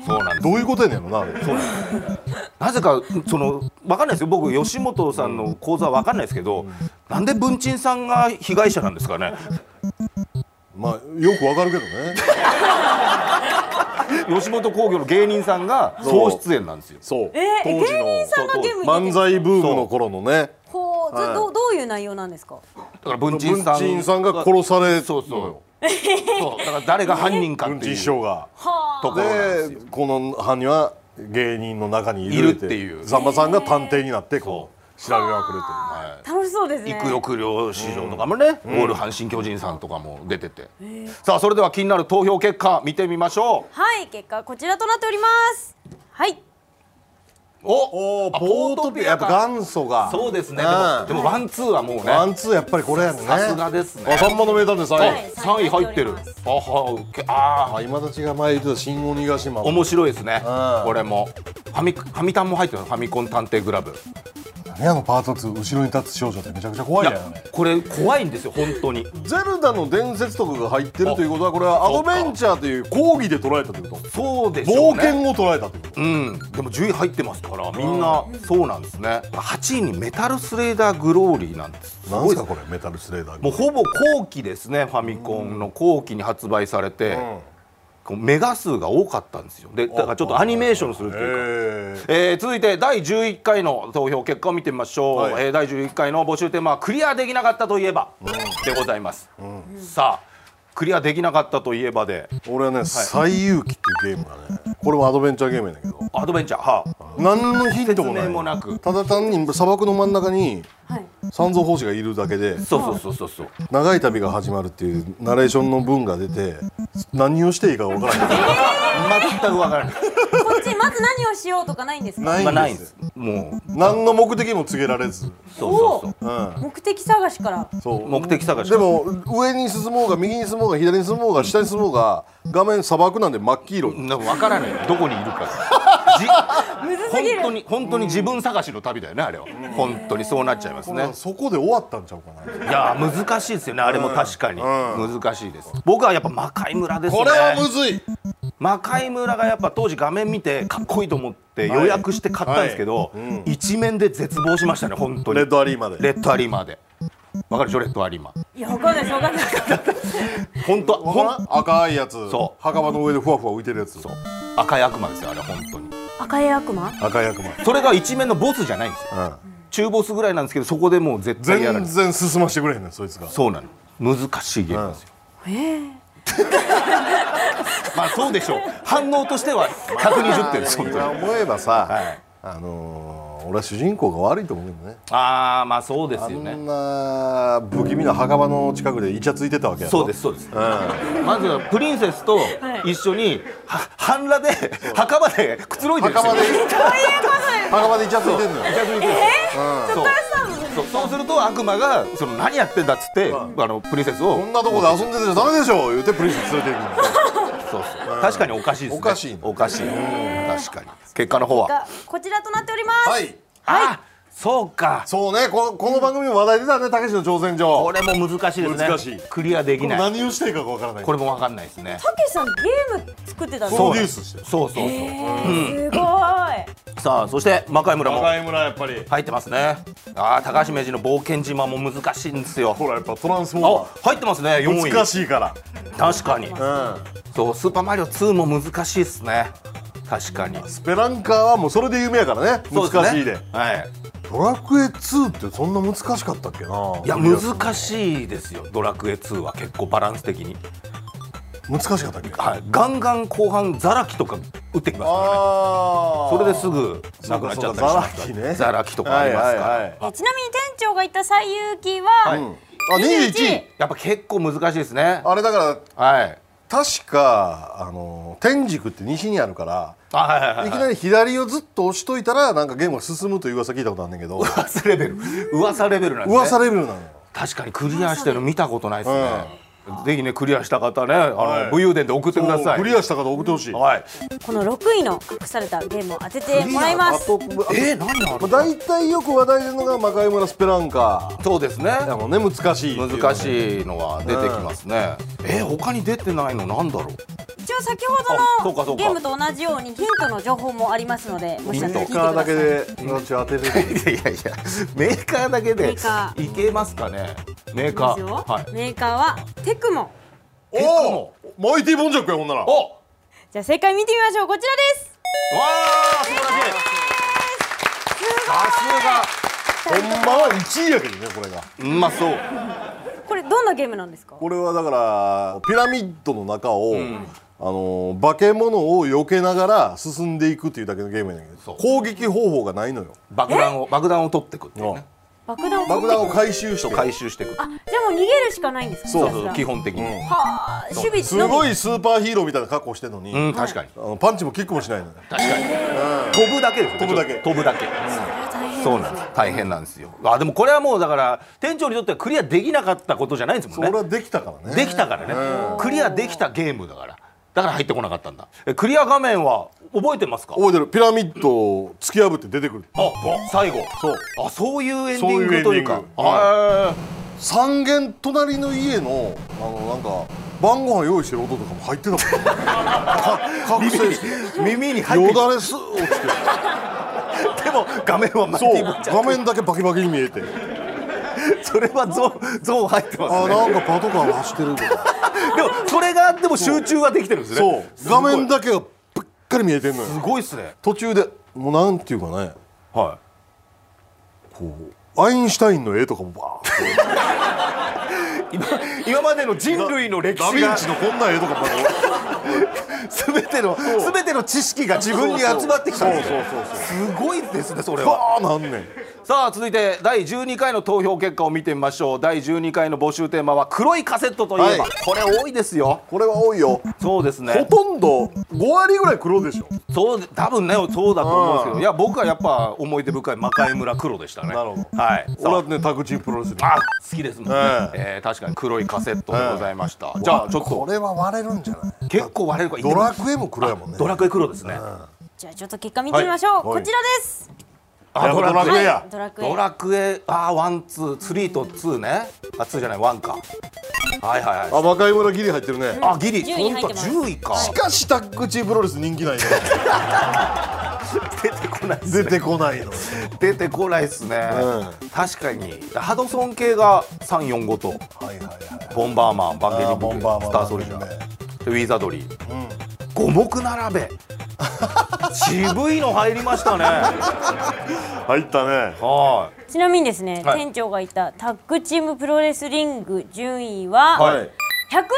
S2: そうなんです
S1: どういうことやねんのなあれ
S2: そうなんですなぜかそのわかんないですよ僕吉本さんの講座わかんないですけど、なんで文鎮さんが被害者なんですかね
S1: まあよくわかるけど
S2: [laughs]
S1: ね
S2: 吉本興業の芸人さんが総出演なんですよ
S1: そう
S3: えー、
S1: 当時
S3: 芸
S1: の
S3: 人さんがゲームに出
S1: 漫
S3: て
S1: 才ブームの頃のね
S3: こう、ず
S1: はい
S3: どうどういう内容なんですか
S2: だから文鎮
S1: 文
S2: さん
S1: 鎮さんが殺され
S2: そうそうそうだから誰が犯人かっ
S1: 文
S2: てい
S1: 鎮
S2: う
S1: 師
S2: と
S1: 匠が
S3: は
S2: ころなんです
S1: で
S2: よ
S1: この犯人は芸人の中にいる
S2: いるっていう
S1: さんまさんが探偵になってこう調べがくれて
S3: あ、
S2: はい
S3: 楽しそうですね
S2: 行くよく両市場とかもね、オール阪神・巨人さんとかも出てて、さあそれでは気になる投票結果見てみましょ
S3: はい結果はこちらとなっておりますはい
S2: うお
S1: お
S2: あ
S1: ポートピアやっぱ元祖が
S2: そうですねで
S1: う
S2: も
S1: ん
S2: でもワンツーはもうね
S1: ワンツーやっぱりこれやね
S2: さすがですね
S1: あさんまの名探偵さん
S3: はい
S2: 3位入ってる
S3: 入っており
S2: あはけあ
S1: あ
S2: ー
S1: 今たちが前言ってた新鬼ヶ島も
S2: 面白いですね
S1: うん
S2: これもファミファミタンも入ってるファミコン探偵グラブい
S1: 何やのパート2後ろに立つ少女ってめちゃくちゃ怖いやん
S2: やこれ怖いんですよ本当に
S1: ゼルダの伝説とかが入ってるということはこれはア
S2: そ
S1: ド
S2: うか
S1: ベンチャーという講義で捉えたということ
S2: そうでしょう
S1: 冒
S2: ね
S1: 険を捉えたということ
S2: うんでも10位入ってますからみんなそうなんですね8位にメタルスレーダーグローリーなんですす
S1: な
S2: ご
S1: ん
S2: い
S1: す
S2: で
S1: か
S2: す
S1: これメタルスレーダー
S2: もうほぼ後期ですねファミコンの後期に発売されて、こうメガ数が多かったんですよでだからちょっとアニメーションするというか。
S1: えー
S2: えー続いて第11回の投票結果を見てみましょう、
S1: はい
S2: えー第11回の募集テーマはクリアできなかったといえばでございます、さあクリアできなかったといえばで
S1: 俺はね「西遊記」っていうゲームがねこれもアドベンチャーゲームやねんけど
S2: アドベンチャーはあ
S1: 何のヒントもない
S2: 説明もなく
S1: ただ単に砂漠の真ん中に
S3: はい
S1: 三蔵法師がいるだけで
S2: そうそうそうそうそう
S1: 長い旅が始まるっていうナレーションの文が出て何をしていいかわからない
S2: 全くわからない
S3: こっちまず何をしようとかないんですか
S1: ない
S2: [laughs] まあない
S1: ん
S2: ん
S1: で
S2: ですすもう
S1: 何の目的も告げられず、
S2: そうそう
S1: う
S2: そう
S1: ん、
S3: 目的探しから
S1: そう
S2: 目的探し
S1: でも上に進もうが右に進もうが左に進もうが下に進もうが画面砂漠なんで真っ黄色い
S2: な分からないどこにいるかじ
S3: むずす
S2: 本
S3: ぎる
S2: 当に本当に自分探しの旅だよねあれは本当にそうなっちゃいます
S1: これ
S2: ね
S1: はそこで終わったんちゃうかな。
S2: いやー難しいですよねあれも確かに難しいです僕はやっぱ魔界村ですね
S4: これはむずい
S2: 魔界村がやっぱ当時画面見てかっこいいと思って予約して買ったんですけど一面で絶望しましたね本当に
S1: レッドアリーまで。
S2: レッドアリーマーでわかるでしょレッドアリーマー
S3: いやわかんないですわかんないです
S2: 本当は
S4: わか
S2: ほ
S4: ら
S2: ん
S4: ん赤いやつ
S2: そ
S1: 墓場の上でふわふわ浮いてるやつ。
S2: う赤い悪魔ですよあれ本当に
S3: 赤い悪 [laughs] 魔
S1: 赤い悪魔。
S2: それが一面のボスじゃないんですよ
S1: うん
S2: 中ボスぐらいなんですけどそこでもう絶対やられ
S1: 全然
S2: る
S1: 進ましてくれへんねんそいつが。
S2: そうなの難しいゲームですよ、まあそうでしょう反応としては120点です本当
S1: 今
S2: に
S1: 思えばさ、あのー俺は主人公が悪いと思うけどね。
S2: ああまあそうで
S1: あ
S2: すよね
S1: んな不気味な墓場の近くでイチャついてたわけやろ。
S2: そうですそうです、まずはプリンセスと一緒には半裸で墓場でくつろいでるんです
S1: 墓
S2: よ
S1: 場で。墓場でイチャついてんのよ。
S2: そうそうそうすると悪魔がその何やってんだっつって、あのプリンセス
S1: こ
S2: を
S1: んなとこで遊んでてちゃダメでしょ言うてプリンセス連れて行くの。
S2: そうそう確かにおかしいですね
S1: おかしいね
S2: おかしい確かに結果の方は
S3: がこちらとなっております、
S1: はい。
S2: あそうか
S1: そうねここの番組も話題出たねたけしの挑戦状
S2: こ。れも難しいですね
S1: 難しい
S2: クリアできない
S1: 何をしていいかがわからない。
S2: これもわかんないですね
S3: たけしさんゲーム作ってたんです
S1: プ
S3: か
S1: ロデュースしてる。
S2: そうそうそう、
S3: すごい
S2: さあそして魔界村も
S1: 井村やっぱり。
S2: 入ってますねああ高橋名人の冒険島も難しいんですよ
S1: ほらやっぱトランスフォーマ
S2: あ入ってますね
S1: ー
S2: 4位
S1: 難しいから。
S2: 確かに
S1: うん。
S2: そうスーパーマリオ2も難しいですね確かに
S1: スペランカーはもうそれで有名やからね難
S2: そうす
S1: し
S2: ね
S1: いで
S2: はい
S1: ドラクエ2ってそんな難しかったっけない
S2: いや難しいですよドラクエ2は結構バランス的に、
S1: 難しかったっけ
S2: はい、ガンガン後半ザラキとか打ってきますからね
S1: あ
S2: それですぐなくなっちゃ
S1: そうかそうか
S2: ったりしますから
S1: ザラキね
S2: ザラキとかありますから、
S1: はいはいはい
S3: えちなみに店長が言った最遊記は、
S1: あ21
S2: やっぱ結構難しいですね
S1: あれだから
S2: はい
S1: 確かあの天竺って西にあるから
S2: あはいはいはい
S1: いきなり左をずっと押しといたらなんかゲームが進むという噂聞いたことあるんだけ
S2: [laughs]
S1: ど
S2: 噂レベル噂レベルなんですね
S1: 噂レベルなのよ
S2: 確かにクリアしてるの見たことないですね、ぜひねクリアした方ねあの、武勇伝で送ってください
S1: クリアした方送ってほしい
S2: はい
S3: この6位の隠されたゲームを当ててもらいます
S1: と
S2: えー、何な
S1: まあ
S2: の
S1: 大体よく話題なのが魔界村スペランカ
S2: そうですね
S1: ーだもんね難しいっていうのが
S2: 難しいのは出てきますね、えー、他に出てないのなんだろう
S3: 一応先ほ
S2: あそうかそ
S3: どの
S2: うか
S3: ゲームと同じようにヒントの情報もありますのでもしあったら聞いてく
S1: カー
S3: だ
S1: だ
S3: さ
S1: け
S3: い
S1: で命を当て
S2: [laughs]
S1: れる
S2: いやいやいやメーカーだけ
S3: メ
S2: で
S3: ーカ
S2: いけますかねメー
S3: で
S2: カ
S3: す
S2: ー
S3: よ
S2: はい
S3: メーカーはテクモ
S2: テクモ
S1: おマイティボンジャックやほんなら
S2: おわ
S3: じゃあ正解見てみましょうこちらです
S2: あ素晴らしいさ
S1: ほんまは1位やけどねこれが
S2: すがうまそう
S3: これどんなゲームなんですか
S1: これはだからピラミッドの中を、あのー化け物を避けながら進んでいくっていうだけのゲームやねんけど攻撃方法がないのよ
S2: 爆弾を爆弾を取ってくっていうね
S3: 爆弾を
S1: 爆弾を回収して
S2: 回収していく
S3: あじゃあもう逃げるしかないんですか
S1: そう
S3: ひたすら
S2: 基本的に
S3: はあ守備
S1: す
S3: のみ
S1: ごいスーパーヒーローみたいな格好してんのに、
S2: う
S1: あ
S2: ん確かに
S1: のパンチもキックもしないのよ
S2: 確かに飛ぶだけですよ
S1: 飛ぶだけ
S2: 飛ぶだけ
S3: 大変
S2: そうなんです大変なんですよあでもこれはもうだから店長にとってはクリアできなかったことじゃないんです
S1: そ
S2: もん
S1: れ
S2: ね
S1: はできたからね
S2: できたからねクリアできたゲームだからだから入ってこなかったんだえクリア画面は覚えてますか
S1: 覚えてるピラミッドを突き破って出てくる
S2: あ最後
S1: そう
S2: あそういうエンデ
S1: そうい
S2: ィン
S1: うエ
S2: グ
S1: ンディング
S2: というか
S1: うん
S2: あ
S1: [laughs] 三軒隣の家のあのなんか晩ご飯用意してる音とかも入っ
S2: [laughs]
S1: てたもんか覚醒して
S2: ー耳に入っ
S1: よ
S2: てきて
S1: だれす落ちて
S2: でも画面は [laughs] マイ
S1: そう
S2: ティボンジャ
S1: 画面だけバキバキに見えて
S2: それはゾーンゾーン入ってます
S1: あ
S2: ね
S1: なんかパトカーが走ってるとか
S2: でもそれがあっても集中はできてるんです
S1: そ
S2: ね
S1: う画面だけがばっかり見えてんの
S2: す
S1: よ
S2: ごいっすね
S1: 途中でもうなんていうかね
S2: はい
S1: こうアインシュタインの絵とかもバーン
S2: 今今までの人類の歴
S1: ダ
S2: 史
S1: ヴィン
S2: が
S1: チのこんな絵とかまで
S2: 全ての全ての知識が自分に集まってきたんですよ
S1: そうそうそう
S2: すごいですねそれは
S1: バーンなんねん
S2: さあ続いて第12回の投票結果を見てみましょう第12回の募集テーマは黒いカセットといえば、
S1: はい
S2: これ多いですよ
S1: これは多いよ
S2: そうです
S1: ほ
S2: ね
S1: とんど5割ぐらい黒でしょ
S2: そう多分ねそうだと思うんですけどいや僕はやっぱ思い出深い魔界村黒でしたね
S1: なるほど
S2: はい
S1: 俺は
S2: さ
S1: ねタクチンプロレス
S2: ああ好きですもんね、
S1: え
S2: えー確かに黒いカセットでございました、じゃあちょっ
S1: ことれは割れるんじゃない
S2: 結構割れるから
S1: ドラクエも黒やもんね
S2: ドラクエ黒ですね。
S3: じゃあちょっと結果見てみましょう、
S1: はいはい
S3: こちらです
S1: やっぱドラクエや
S3: はいドラクエ
S2: ドラクエあーワンツースリーとツーねあツーじゃないワンかはいはいはい
S1: あ魔界村ギリ入ってるね
S2: あギリ
S3: 10位
S2: 本
S3: 入っ
S2: 当
S3: てます
S2: 10位か
S1: しかしタッグチープロレス人気ないね
S2: 出てこない
S1: 出てこないの
S2: 出てこないですね、
S1: う
S2: 確かにハドソン系が345と
S1: はいはいはい
S2: ボンバーマンバンゲリ
S1: あー
S2: ブ
S1: ボン
S2: ル
S1: バーマン
S2: スターソルジャ
S1: バンゲリ
S2: ーでウィザードリー、五目
S1: [laughs]
S2: 並べ渋いの入りましたね
S1: 入ったね
S2: は
S3: ちなみにですね、
S2: はい
S3: 店長がいたタッグチームプロレスリング順位は、
S2: はいい
S3: 115位です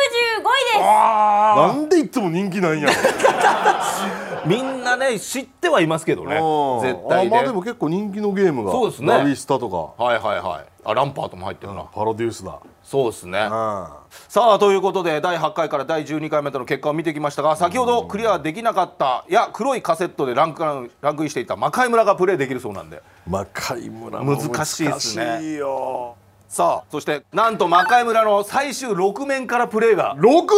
S2: あ
S1: なんでいつも人気ないんやろ
S2: ーみんなね知ってはいますけどね
S1: [laughs] うん
S2: 絶対
S1: あま
S2: ね
S1: あでも結構人気のゲームが
S2: そうですね
S1: ラビスタとか
S2: はいはいはいあランパートも入ってるな
S1: パロデュースだ
S2: そうですね
S1: あ
S2: さあということで第8回から第12回までの結果を見てきましたが先ほどクリアできなかったいや黒いカセットでランクランクインしていた魔界村がプレイできるそうなんで
S1: 魔界村も
S2: 難しいっすね
S1: 難しいよ
S2: さあそしてなんと魔界村の最終6面からプレイが
S1: 6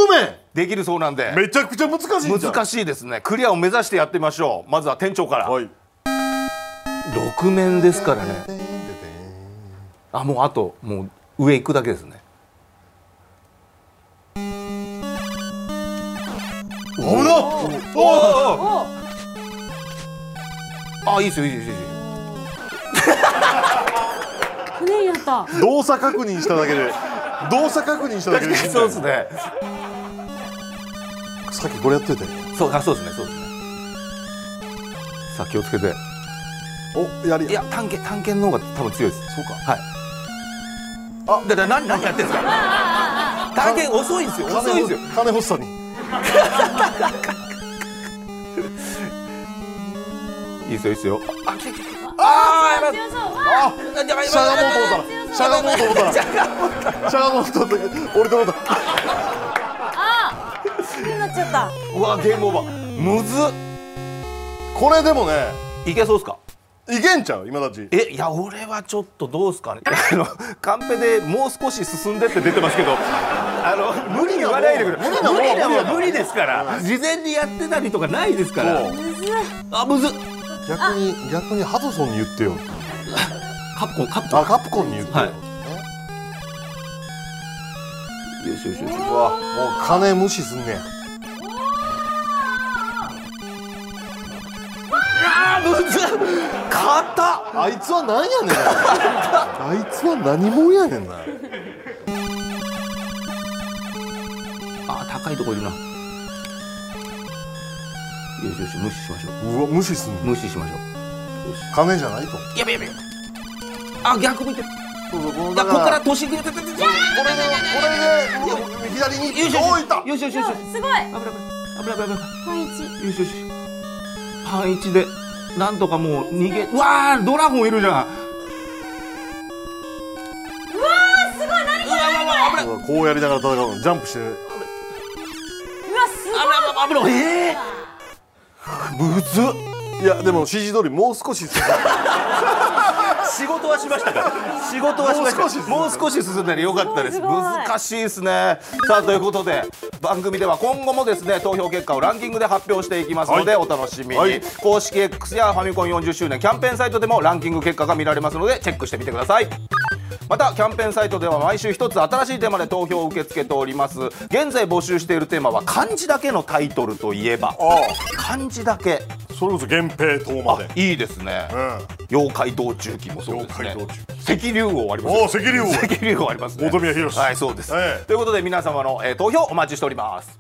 S2: できるそうなんで
S1: 面めちゃくちゃ難しいんじゃん
S2: 難しいですねクリアを目指してやってみましょうまずは店長から、
S1: はい
S2: 6面ですからねあもうあともう上行くだけですね
S1: 危なっ
S2: おーおー
S3: お
S2: あいいですよいいですよいいですよ
S3: 船になった
S1: 動作確認しただけで動作確認しただけ [laughs] で
S2: そうですね
S1: さっきこれやってて
S2: そうあそうですねそうですねさあ気をつけて
S1: おやり
S2: いや探検探検の方が多分強いですそうかはいあだから何何やってんですか [laughs] 探検遅いんですよ遅いんですよ
S1: 金欲しさに
S2: いいですよいいですよあ来た来た来
S3: 強そうわあ
S2: たやばい
S1: しゃがもうと
S2: や
S1: 思ったらしゃがもうと思った [laughs] らしゃがもうと思ったら俺と思った
S3: 船になっちゃった
S2: ばいうわゲームオーバーむずっ
S1: これでもね
S2: いけそうですか
S1: いけんちゃう今たち
S2: えいや俺はちょっとどうすかね [laughs] あのカンペでもう少し進んでって出てますけどあの無理言わないでくれ無理
S1: なもん
S2: なもん
S1: 無理なもん
S2: は無理ですから事前にやってたりとかないですから
S1: そう
S3: むずい
S2: あむずっ
S1: 逆に逆にハドソンに言ってよ
S2: カプコンカプコン
S1: あカプコンに言ってよ、
S2: は
S1: ね
S2: いよしよしよし
S1: うわもう金無視すんねん
S2: あむずっ硬っ
S1: あいつは何やねんあいつは何者やねんな
S2: あ高いとこいるなよしよし無視しましょ
S1: うわ無視すんね
S2: う無視しましょ
S1: ん金じゃないと
S2: うやべやべあ逆向いてる
S1: そうそうこの
S2: だ
S1: だ
S2: か
S1: から
S2: ここ
S1: ら
S2: から年ぐらいこれで
S1: これで左に
S2: よしよし
S1: おーいった
S2: よしよしよし
S3: あすごい
S2: 危ない危ない危ない危ない
S3: パン一
S2: よしよしパン一でなんとかもう逃げうわードラゴンいるじゃん
S3: うわーすごい何これ何これ
S1: そうこうやりながら戦うのジャンプしてね
S3: うわすごい
S2: あぶない危ないえー、むずっ
S1: いやでも指示通りもう少し進んだ
S2: 仕事はしましたから仕事はしました
S1: もう少し進んだ
S2: もう少し進んだりよかったです
S3: すごいすごい
S2: 難しいですねさあということで番組では今後もですね投票結果をランキングで発表していきますので、
S1: はい
S2: お楽しみに、
S1: はい
S2: 公式 X やファミコン40周年キャンペーンサイトでもランキング結果が見られますのでチェックしてみてくださいまたキャンペーンサイトでは毎週一つ新しいテーマで投票を受け付けております現在募集しているテーマは漢字だけのタイトルといえば漢字だけ
S1: それこそ源平島
S2: あ
S1: まで
S2: いいですね、妖怪道中記もそうですね
S1: 妖怪道
S2: 石竜王あります
S1: おー石竜王
S2: 石竜王ありますね
S1: 本宮宏
S2: はいそうです、
S1: ええ
S2: ということで皆様の、えー投票お待ちしております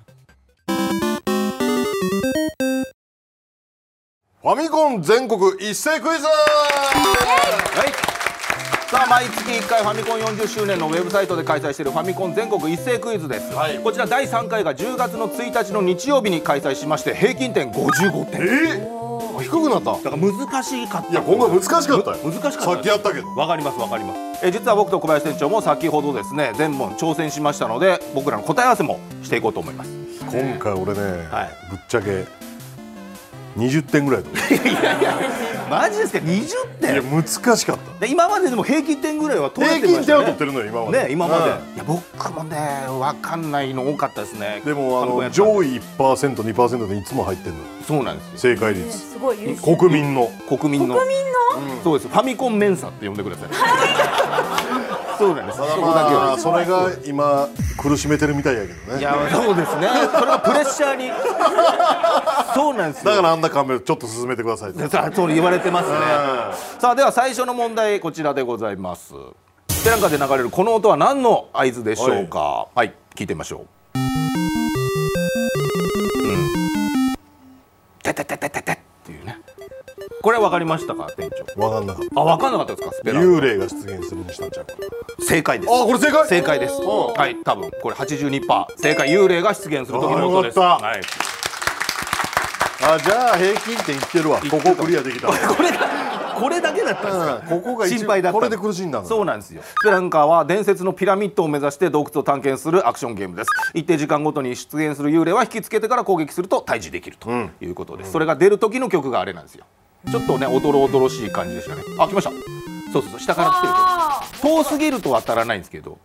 S1: ファミコン全国一斉クイズ
S2: はいさあ毎月1回ファミコン40周年のウェブサイトで開催しているファミコン全国一斉クイズです、
S1: はい
S2: こちら第3回が10月の1日の日曜日に開催しまして平均点55点
S1: え低くなった
S2: だから難しかった
S1: いや今回難しかったよ
S2: 難しかった
S1: さっきやったけど
S2: わかりますわかりますえ実は僕と小林店長も先ほどですね全問挑戦しましたので僕らの答え合わせもしていこうと思います
S1: 今回俺ね、
S2: はい
S1: ぶっちゃけ20点ぐらいだと思う
S2: マジですか20
S1: いや
S2: 点
S1: 難しかった
S2: で今まででも平均点ぐらいは取れ
S1: [laughs] 平
S2: てま
S1: 均
S2: し
S1: 点を
S2: たね
S1: 取ってるのよ今まで
S2: ね今まで、
S1: うん
S2: いや僕もね分かんないの多かったですね
S1: でもあ
S2: 韓国
S1: の
S2: やったんで
S1: 上位 1%2% でいつも入ってるのよ
S2: そうなんですよ
S1: 正解
S3: え
S1: 率
S3: すごい優秀
S1: 国民の
S2: 国民の
S3: 国民の
S2: そうですファミコンメンサって呼んでく
S1: [laughs]
S2: ださいそうなんです
S1: ただ
S2: そこだけ
S1: ま
S2: は
S1: あそれが今苦しめてるみたいやけど
S2: い
S1: ね
S2: やそうですねそれがプレッシャー
S1: [laughs]
S2: にそうなんですよ
S1: だからあんなカメラちょっと進めてくださいって
S2: さあそう言われてますねさあでは最初の問題こちらでございますステランカで流れるこの音は何の合図でしょうかはい、聞いてみましょうタタタタタタっていうねこれは分かりましたか店長
S1: わかんなかっ
S2: あ分かんなかったですかス
S1: た
S2: ペランカ
S1: 幽霊が出現するにしたんちゃうか
S2: 正解です
S1: あこれ正解
S2: 正解ですはい多分これ82%正解幽霊が出現する時の音です
S1: あよかった
S2: はい
S1: あじゃあ平均点いってるわここクリアできたわ
S2: これだこれだけだったんですか、
S1: うんここが一
S2: 心配だった
S1: これで苦しんだの
S2: そうなんですよスペランカーは伝説のピラミッドを目指して洞窟を探検するアクションゲームです一定時間ごとに出現する幽霊は引きつけてから攻撃すると退治できるということです、それが出る時の曲があれなんですよちょっとねおどろおどろしい感じでしたねあ来ましたそうそうそう下から来てる
S3: あ
S2: 遠すぎると当たらないんですけど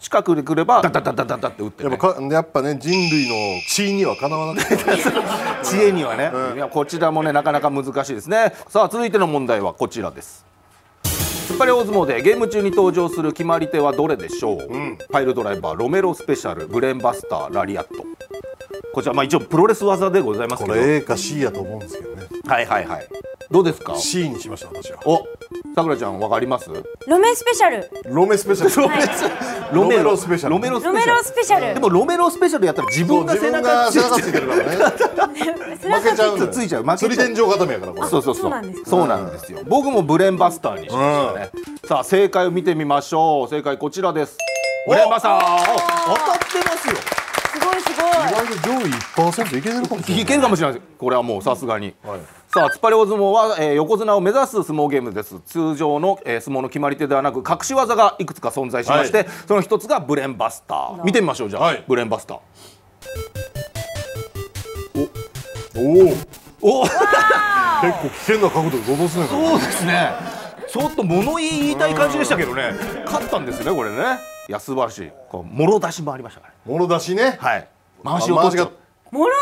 S2: 近くで来ればダダダダダダって打って、
S1: や
S2: ね、
S1: っぱかやっぱね人類の地位にはかなわなくて
S2: 知恵にはね、いやこちらもねなかなか難しいですねさあ続いての問題はこちらです突っ張り大相撲でゲーム中に登場する決まり手はどれでしょう、パイルドライバーロメロスペシャルブレーンバスターラリアットこちらまあ一応プロレス技でございます
S1: こ
S2: けど
S1: れ A か C やと思うんですけどね
S2: はいはいはいどうですか
S1: C にしました私は
S2: おさくらちゃんわかります
S3: ーロメスペシャル
S1: ロメスペシャル
S3: はい
S1: ロメロスペシャル
S2: ロメロスペ
S3: ロ
S2: シ
S3: メ
S2: ャ
S3: ロ
S2: ル
S3: スペシャ
S2: で
S3: ル
S2: もロメロスペシャルやったら
S1: そ
S2: 自分
S1: う
S2: が
S1: 自
S2: 背
S1: 分が
S2: 中
S1: 背
S2: つ
S1: 中
S2: い
S1: つ
S2: て
S1: いてるからね
S3: [laughs] 背
S1: 負けちゃうのよ
S2: ついちゃう負けちゃう
S1: 釣り天井固めやからこれ
S2: そうそうそう。
S3: そうなんですか
S2: そうなんですよ。僕もブレンバスターにしましたね。さあ正解を見てみましょう。正解こちらです。ブレンバスター。お当たってますよ。
S3: すごいす
S1: 意
S3: ご
S1: 外
S3: い
S1: と上位1%いけてるかもしれない
S2: いけるかもしれないです。これはもうさすがに。
S1: はい
S2: さあ、突っ張り大相撲は、えー横綱を目指す相撲ゲームです。通常の、えー相撲の決まり手ではなく、隠し技がいくつか存在しまして、
S1: はい
S2: その一つがブレンバスター。見てみましょう、じゃあ、
S1: はい
S2: ブレンバスター。
S1: おお結
S2: お、
S1: 構危険な角度でどうすねんから
S2: そうですね。ちょっと物言いたい感じでしたけどね。勝ったんですね、これね。いや、素晴らしい。こう、もろ出しもありましたからね。
S1: 物出しね
S2: はい。
S1: あ
S2: 回しを取っちゃう
S1: 回し
S3: もろ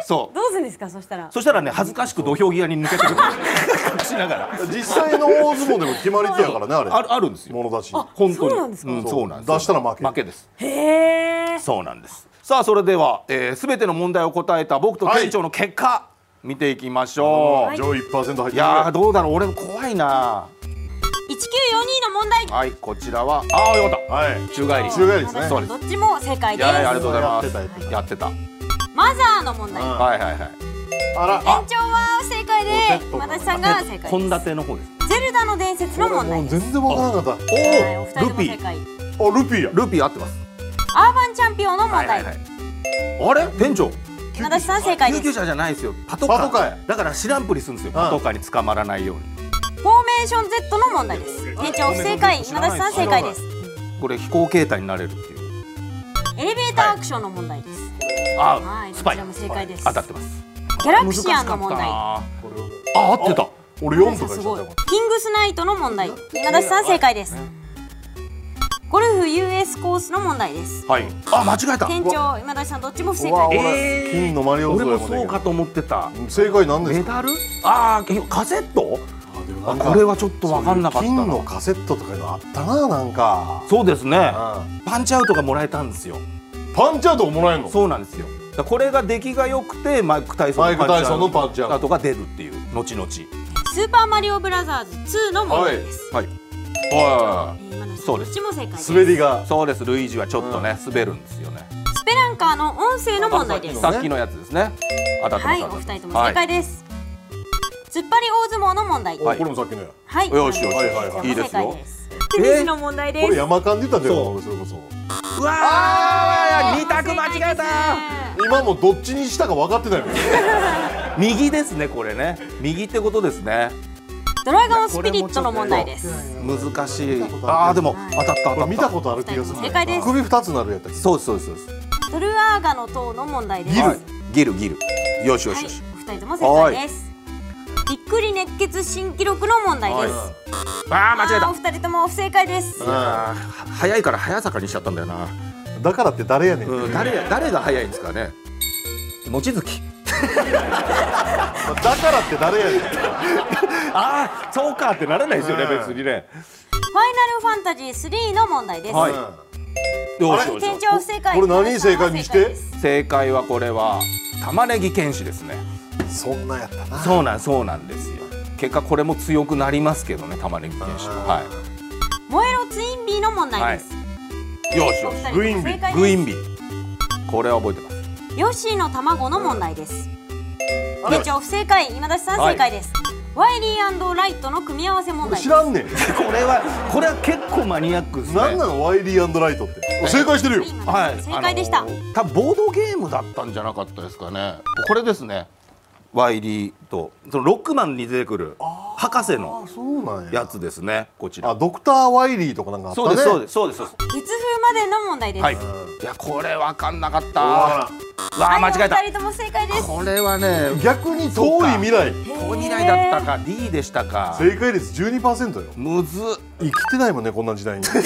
S3: 出し
S2: そう
S3: どうするんですかそしたら
S2: そしたらね、恥ずかしく土俵際に抜けてくる。隠しながら。
S1: が実際の大相撲でも決まり手やからねあれ
S2: ある、あるんですよ。
S1: 物出し
S2: 本当に。
S3: そうなんですか
S2: そうなんです。
S1: 出したら負け
S2: 負けです。
S3: へえ
S2: そうなんです。さあ、それでは、えー、すべての問題を答えた僕と店長の結果、見ていきましょう。い、
S1: 上位1%入ってる
S2: やー、どうだろう、俺も怖いな。
S3: 1942の問題
S2: はい、こちらは、ああ、よかった。
S1: はい
S2: 宙返り。
S1: 宙返りですね
S2: そうです。
S3: どっちも正解
S2: い
S3: で
S2: やいや、ありが
S3: す
S2: とうございます。
S1: やってた
S2: やってた。
S3: マザーの問題
S1: うん
S2: はいはいはい。
S1: あら
S3: 延長は正解
S1: あ
S3: で足立さんが正解です
S2: 献立の方です。
S3: ゼルダの伝説の問題
S1: もう
S3: です
S1: 全然わからなかっ
S3: はい
S2: お
S3: お二人
S2: お、
S3: と
S2: ル
S3: も
S2: ピ
S3: 正
S2: ー。
S3: 解
S1: たあルピーや
S2: ルピー合ってます。
S3: アーバンチャンピオンの問題
S2: はいはいはい、あれ店長
S3: 足立さん正解
S2: 救
S3: で
S2: 急
S3: す
S2: 車じゃないですよパトカー
S1: パトカーや
S2: だから知らんぷりするんですよ、パトカーに捕まらないように
S3: フォーメーション Z の問題です店長不正解足立さん正解です
S2: これ飛行形態になれるっていう
S3: エレベーターアクションの問題です
S2: あ、
S3: はい
S2: スパイ
S3: こちらも正解です
S2: 当たってます
S3: ギャラクシアンの問
S2: 難し
S3: 題
S2: か
S1: これ
S2: ったなあ合ってた
S1: 俺4とか
S3: す
S1: にしちゃ
S3: ご
S1: っ
S3: い
S1: た
S3: キ
S1: よ
S3: ングスナイトの問題今田さん正解ですゴルフ US コースの問題です
S2: はいあ間違えた
S3: 店長今田さんどっちも不正
S1: うわ
S3: 解で
S1: 俺
S2: えー
S1: 金のマリオ
S2: 俺
S1: 像や
S2: も
S1: もん
S2: そうかと思ってた
S1: 正解なんです
S2: メ
S1: か
S2: ダルあーえカセット
S1: な
S2: あ
S1: んか
S2: これはちょっと分かんなかった
S1: 金
S2: な
S1: のカセットとかいうのあったななんか
S2: そうですね
S1: うん
S2: パンチアウトがもらえたんですよ
S1: パンチャートもらえんの
S2: そうなんですよだからこれが出来が良くてマイク・タイソン
S1: マイクタイソンのパンチアウト
S2: アウトが出るっていう後々
S3: すスーパーマリオブラザーズ2の問題です
S2: はいは
S3: えー今田さ
S2: そ
S3: ん
S2: う
S3: ど
S2: です
S3: っちも正解です
S1: 滑りが
S2: いそうですルイージはちょっとね、滑るんですよね
S3: スペランカーの音声の問題です
S2: さっきのやつですね当たってま
S3: は
S2: す
S3: い
S2: 当たってます
S3: お二人とも正解です突っ張り大相撲の問題
S1: お
S3: は
S2: はいい
S1: これもさっきのや
S2: よしよし
S1: はいはいはい
S2: いいですよ
S3: 正解ですテニスの問題です
S1: これ山間で言ったんじゃないか
S2: そ
S1: な俺それこそう
S2: わあ二択
S3: 正解です
S2: 間違えた
S1: 今もどっちにしたか分かってないもん
S2: 右ですねこれね右ってことですね
S3: ドラゴンスピリットの問題です
S2: 難しい
S1: 見たことある
S2: あーでも当たった当
S1: こ
S2: た
S1: れ
S2: っ
S1: 見
S2: た
S1: たことある気がする
S3: 正解です
S1: 首二つなるやったっけ
S2: そうですそうですそうです
S3: ドルアーガの塔の問題です
S1: ギル
S2: はいギルギルよしよ
S3: は
S2: し
S3: い
S2: よし、
S3: お二人とも正解です。びっくり熱血新記録の問題です、
S2: はああ間違え
S3: あーお
S2: た
S3: 二人とも不正解です
S2: あーは早いから早坂にしちゃったんだよな、
S1: だからって誰やねん、
S2: うん、誰や誰が早いんですかね望月
S1: だからって誰やねん
S2: ああそうかってならないですよね別にね
S3: ファイナルファンタジー3の問題です、
S2: はいよし
S1: あれ
S2: よしよ
S3: 店
S2: し
S3: 長不正解
S1: これ何正解にして
S3: 田中さんは正解です
S2: 正解はこれは玉ねぎ剣士ですね
S1: そんなんやったな
S2: そうなんそうなんですよ結果これも強くなりますけどね玉ねぎ剣士もは
S3: 燃えろツインビーの問題です、
S2: いよしよし
S3: お二人とも
S1: グインビー
S3: 正解です
S2: グインビーこれは覚えてます
S3: ヨッシーの卵の問題です
S1: あれ
S3: 店長不正解今田さん正解です、ワイリーライトの組み合わせ問題です
S1: 知らんねん
S2: [laughs] これはこれは結構マニアックですね
S1: なんなのワイリーライトって正解してるよ
S3: 今田
S2: は
S3: さ
S2: い
S3: ん正解でした、
S2: あのー多分ボードゲームだったんじゃなかったですかねこれですねワイリーとそのロックマンに出てくる博士の
S1: そうなん
S2: やつですねこち
S1: あ
S2: ら
S1: ドクターワイリーとかなんかあった
S2: そう
S1: ね
S2: ですそうですすそうですそうで
S3: 月風までの問題ですす、
S2: はいいやこれわかんなかった
S1: わ
S2: わあ間違えた
S3: はいお二人とも正解です
S2: これはね
S1: 逆に遠い未来
S2: 遠い未来だったか D でしたか
S1: 正解率12%よ
S2: むずっ
S1: 生きてないもんねこんな時代に
S3: そうい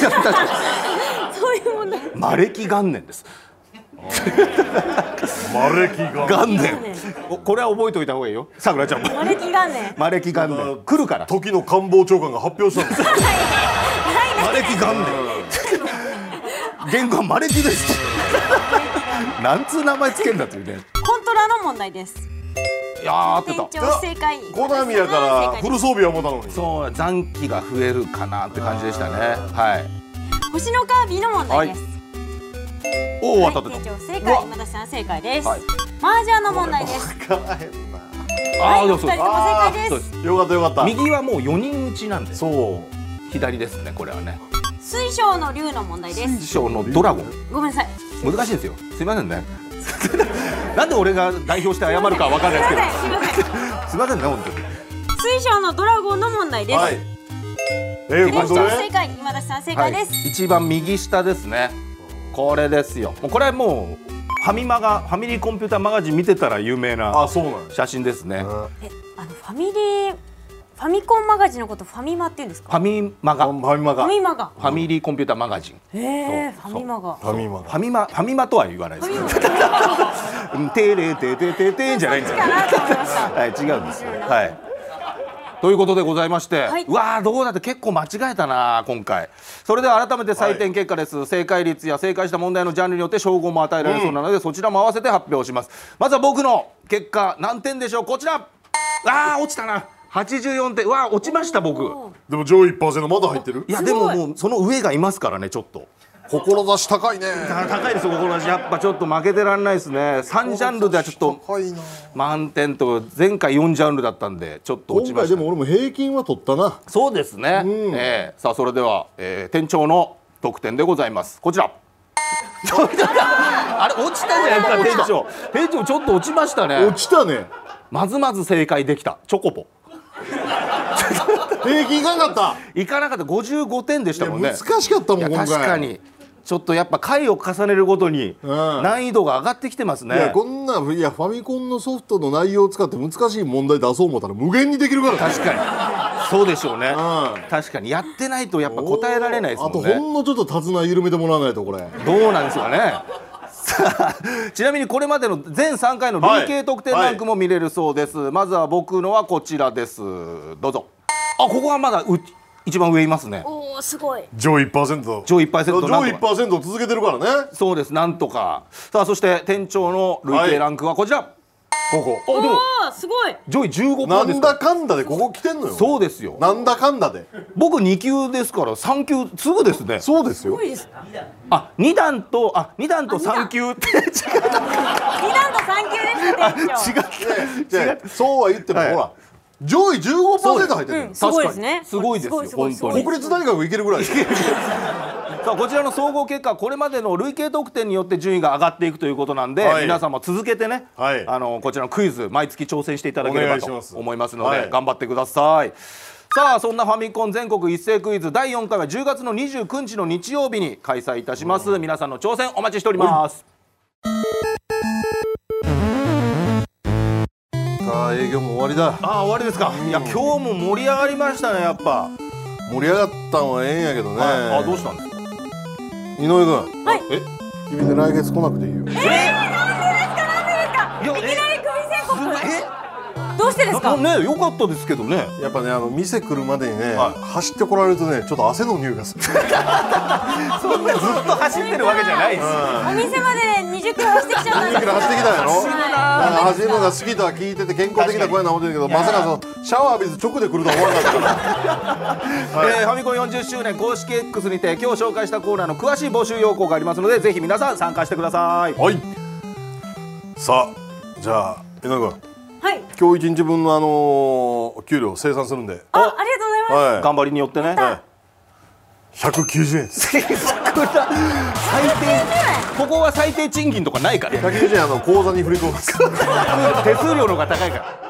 S3: う問題
S2: 魔暦元年です
S1: [laughs] マレキが
S2: 元年おこれは覚えておいた方がいいよさくらちゃんも
S3: マレキ元年
S2: 魔暦元年来るから
S1: 時の官房長官が発表したん [laughs] ですよ
S2: マレキガンデン言語はマレキですなんつう名前つけんだっていうね
S3: コントラの問題です
S2: いやー合って
S3: 店
S2: た
S3: 長不正解
S1: コナミやからフル装備は持たのに
S2: そう残機が増えるかなって感じでしたねはい
S3: 星のカービィの問題です、
S2: お
S3: は
S2: お
S3: い
S2: 当たって
S3: 店長不正
S2: うわ
S3: 解今田さん正解です、
S2: はい
S3: マージャンの問題です
S1: 使えんな
S2: た
S3: はい
S2: ー
S3: お二人とも
S2: そ
S3: 正解で
S2: うです
S1: よかったよかった
S2: 右はもう四人打ちなんで
S1: そう
S2: 左ですねこれはね
S3: す水晶の竜の問題です
S2: 師匠のドラゴン
S3: ごめんなさい
S2: 難しいですよすいませんね [laughs] なんで俺が代表して謝るかわかんないですけど
S3: すいませんすいません
S2: すいませんね本当に
S3: 水晶のドラゴンの問題です、
S1: はいえー、
S3: 店
S1: こ
S3: 長
S1: れ
S3: 不
S1: そ
S3: 正
S1: れ
S3: 解今田さん正
S2: は
S3: 解
S2: い
S3: です、、
S2: 一番右下ですねこれですよもうこれはもうファミマがファミリーコンピューターマガジン見てたら有名な
S1: あそうなんです
S2: 写真ですねフ
S3: えあのファミリーファミコンマガジンのことファミマって言うんですか
S2: ァミマが
S1: フ
S2: フ
S1: ァミマ
S3: フ
S1: が
S3: ァ
S1: フ
S3: ミマが
S2: ァミリーコンピューターマガジン
S3: へえフ
S2: そう
S3: ァミマが
S1: ァミマ
S2: フ
S1: が
S2: ァミマファミマとは言わないですけど [laughs] 「テレテテテテ」じゃないんですよ
S3: かなと思いました
S2: [laughs] はい違うんですよはいということでございまして、
S3: はいう
S2: わーどうだって結構間違えたな今回それでは改めて採点結果です、正解率や正解した問題のジャンルによって称号も与えられそうなので、そちらも合わせて発表しますまずは僕の結果何点でしょうこちらあー落ちたな84点うわー落ちました僕
S3: おー
S1: でも上位1%まだ入ってる
S2: いや
S3: す
S2: で
S3: ご
S2: も
S3: い
S2: もうその上がいますからねちょっと
S1: 志高いね
S2: あー高いですよ志やっぱちょっと負けてらんないですね3ジャンルではちょっと
S1: 高いな
S2: 満点と前回4ジャンルだったんでちょっと落ち
S1: 今
S2: ま
S1: 回
S2: した
S1: でも俺も平均は取ったな
S2: そうですね、ええさあそれでは、えー、店長の得点でございますこちらあれ落ちたじゃないですか店長店長ちょっと落ちましたね
S1: 落ちたね
S2: まずまず正解できたチョコポ
S1: 平均いかんかっ
S2: いかなかった55点でした
S1: たい
S2: もんね
S1: や難しかったもん
S2: いや
S1: 今回
S2: 確かにちょっとやっぱ回を重ねるごとに
S1: ん
S2: 難易度が上がってきてます
S1: いや
S2: ね、
S1: こんないやファミコンのソフトの内容を使って難しい問題出そう思ったら無限にできるからね
S2: 確かにそうでしょうね、
S1: ん
S2: 確かにやってないとやっぱ答えられないですもんね
S1: あとほんのちょっと手綱緩めてもらわないとこれ
S2: どうなんですかね。さあちなみにこれまでの全3回の累計得点ランクも見れるそうです、まずは僕のはこちらですどうぞあここはまだう一番上いますね
S3: おーすごい
S1: 上位1%
S2: 上位1%
S1: 上
S2: な
S1: 位
S2: んとか
S1: 1%続けてるからね
S2: そうですなんとかさあそして店長の累計ランクはこちら、
S1: ここ
S2: あでも
S3: おーすごい
S2: 上位15%
S1: な
S2: です
S1: ん
S2: か
S1: だかんだでここ来てんのよ
S2: そうですよ
S1: なんだかんだで
S2: 僕2級ですから3級すぐですね
S1: そうです [laughs] よ
S3: 多いですか
S2: あ二2段とあ二段と
S3: あ二段
S2: 3級って [laughs] 違う
S3: 二段と三級ですね
S1: ねじゃあそうは言ってもほ
S2: はい
S1: ら上位15%入ってる
S3: 店長
S1: よ
S3: すごいです
S2: 確か
S3: ね
S2: にすごいですよ
S3: ごいすごい
S2: うん
S3: すごい
S1: 国立大学行けるぐらい
S2: さあこちらの総合結果これまでの累計得点によって順位が上がっていくということなんで、
S1: はい
S2: 皆さんも続けてね、
S1: はい
S2: あのこちらのクイズ毎月挑戦していただければ
S1: お願い
S2: と
S1: します
S2: 思いますので
S1: はい
S2: 頑張ってください。さあそんなファミコン全国一斉クイズ第4回は10月の29日の日曜日に開催いたします、皆さんの挑戦お待ちしております
S1: 「あ営業も終わりだ
S2: ああ終わりですか、いや今日も盛り上がりましたねやっぱ、
S1: 盛り上がったんはええんやけどね、
S2: あどうしたんですか
S1: 井上君
S3: はい
S2: え
S1: 君で来月来なくていいよ
S2: え
S3: なんでですかなんでですかいきなりクビ宣告どうしてですか
S2: えなね良かったですけどね
S1: やっぱねあの店来るまでにね、
S2: はい
S1: 走ってこられるとねちょっと汗の [laughs] 匂いがする
S2: そんなずっと走ってるわけじゃないですよ
S3: お店まで20キロ走ってきちゃったんです
S1: 20キロ走ってきたやろ
S3: は
S1: なんか走るのが好きとは聞いてて健康的な声な思ってるけどまさかそのシャワー浴びず直で来るとは思わなかったから
S2: えーファミコン40周年公式 X にて今日紹介したコーナーの詳しい募集要項がありますのでぜひ皆さん参加してください
S1: [laughs] はい。さあ、じゃあ、えな君、
S3: いはい
S1: 今日一日分のあのー給料生産するんで。
S3: あありがとうございます
S1: は
S2: 頑張りによって
S1: い。
S2: ね
S1: はい。百九十円です。
S2: [laughs] 最低ここは最低賃金とかないから
S1: 百九十円あの口座に振り込みます。
S2: 手数料の方が高いから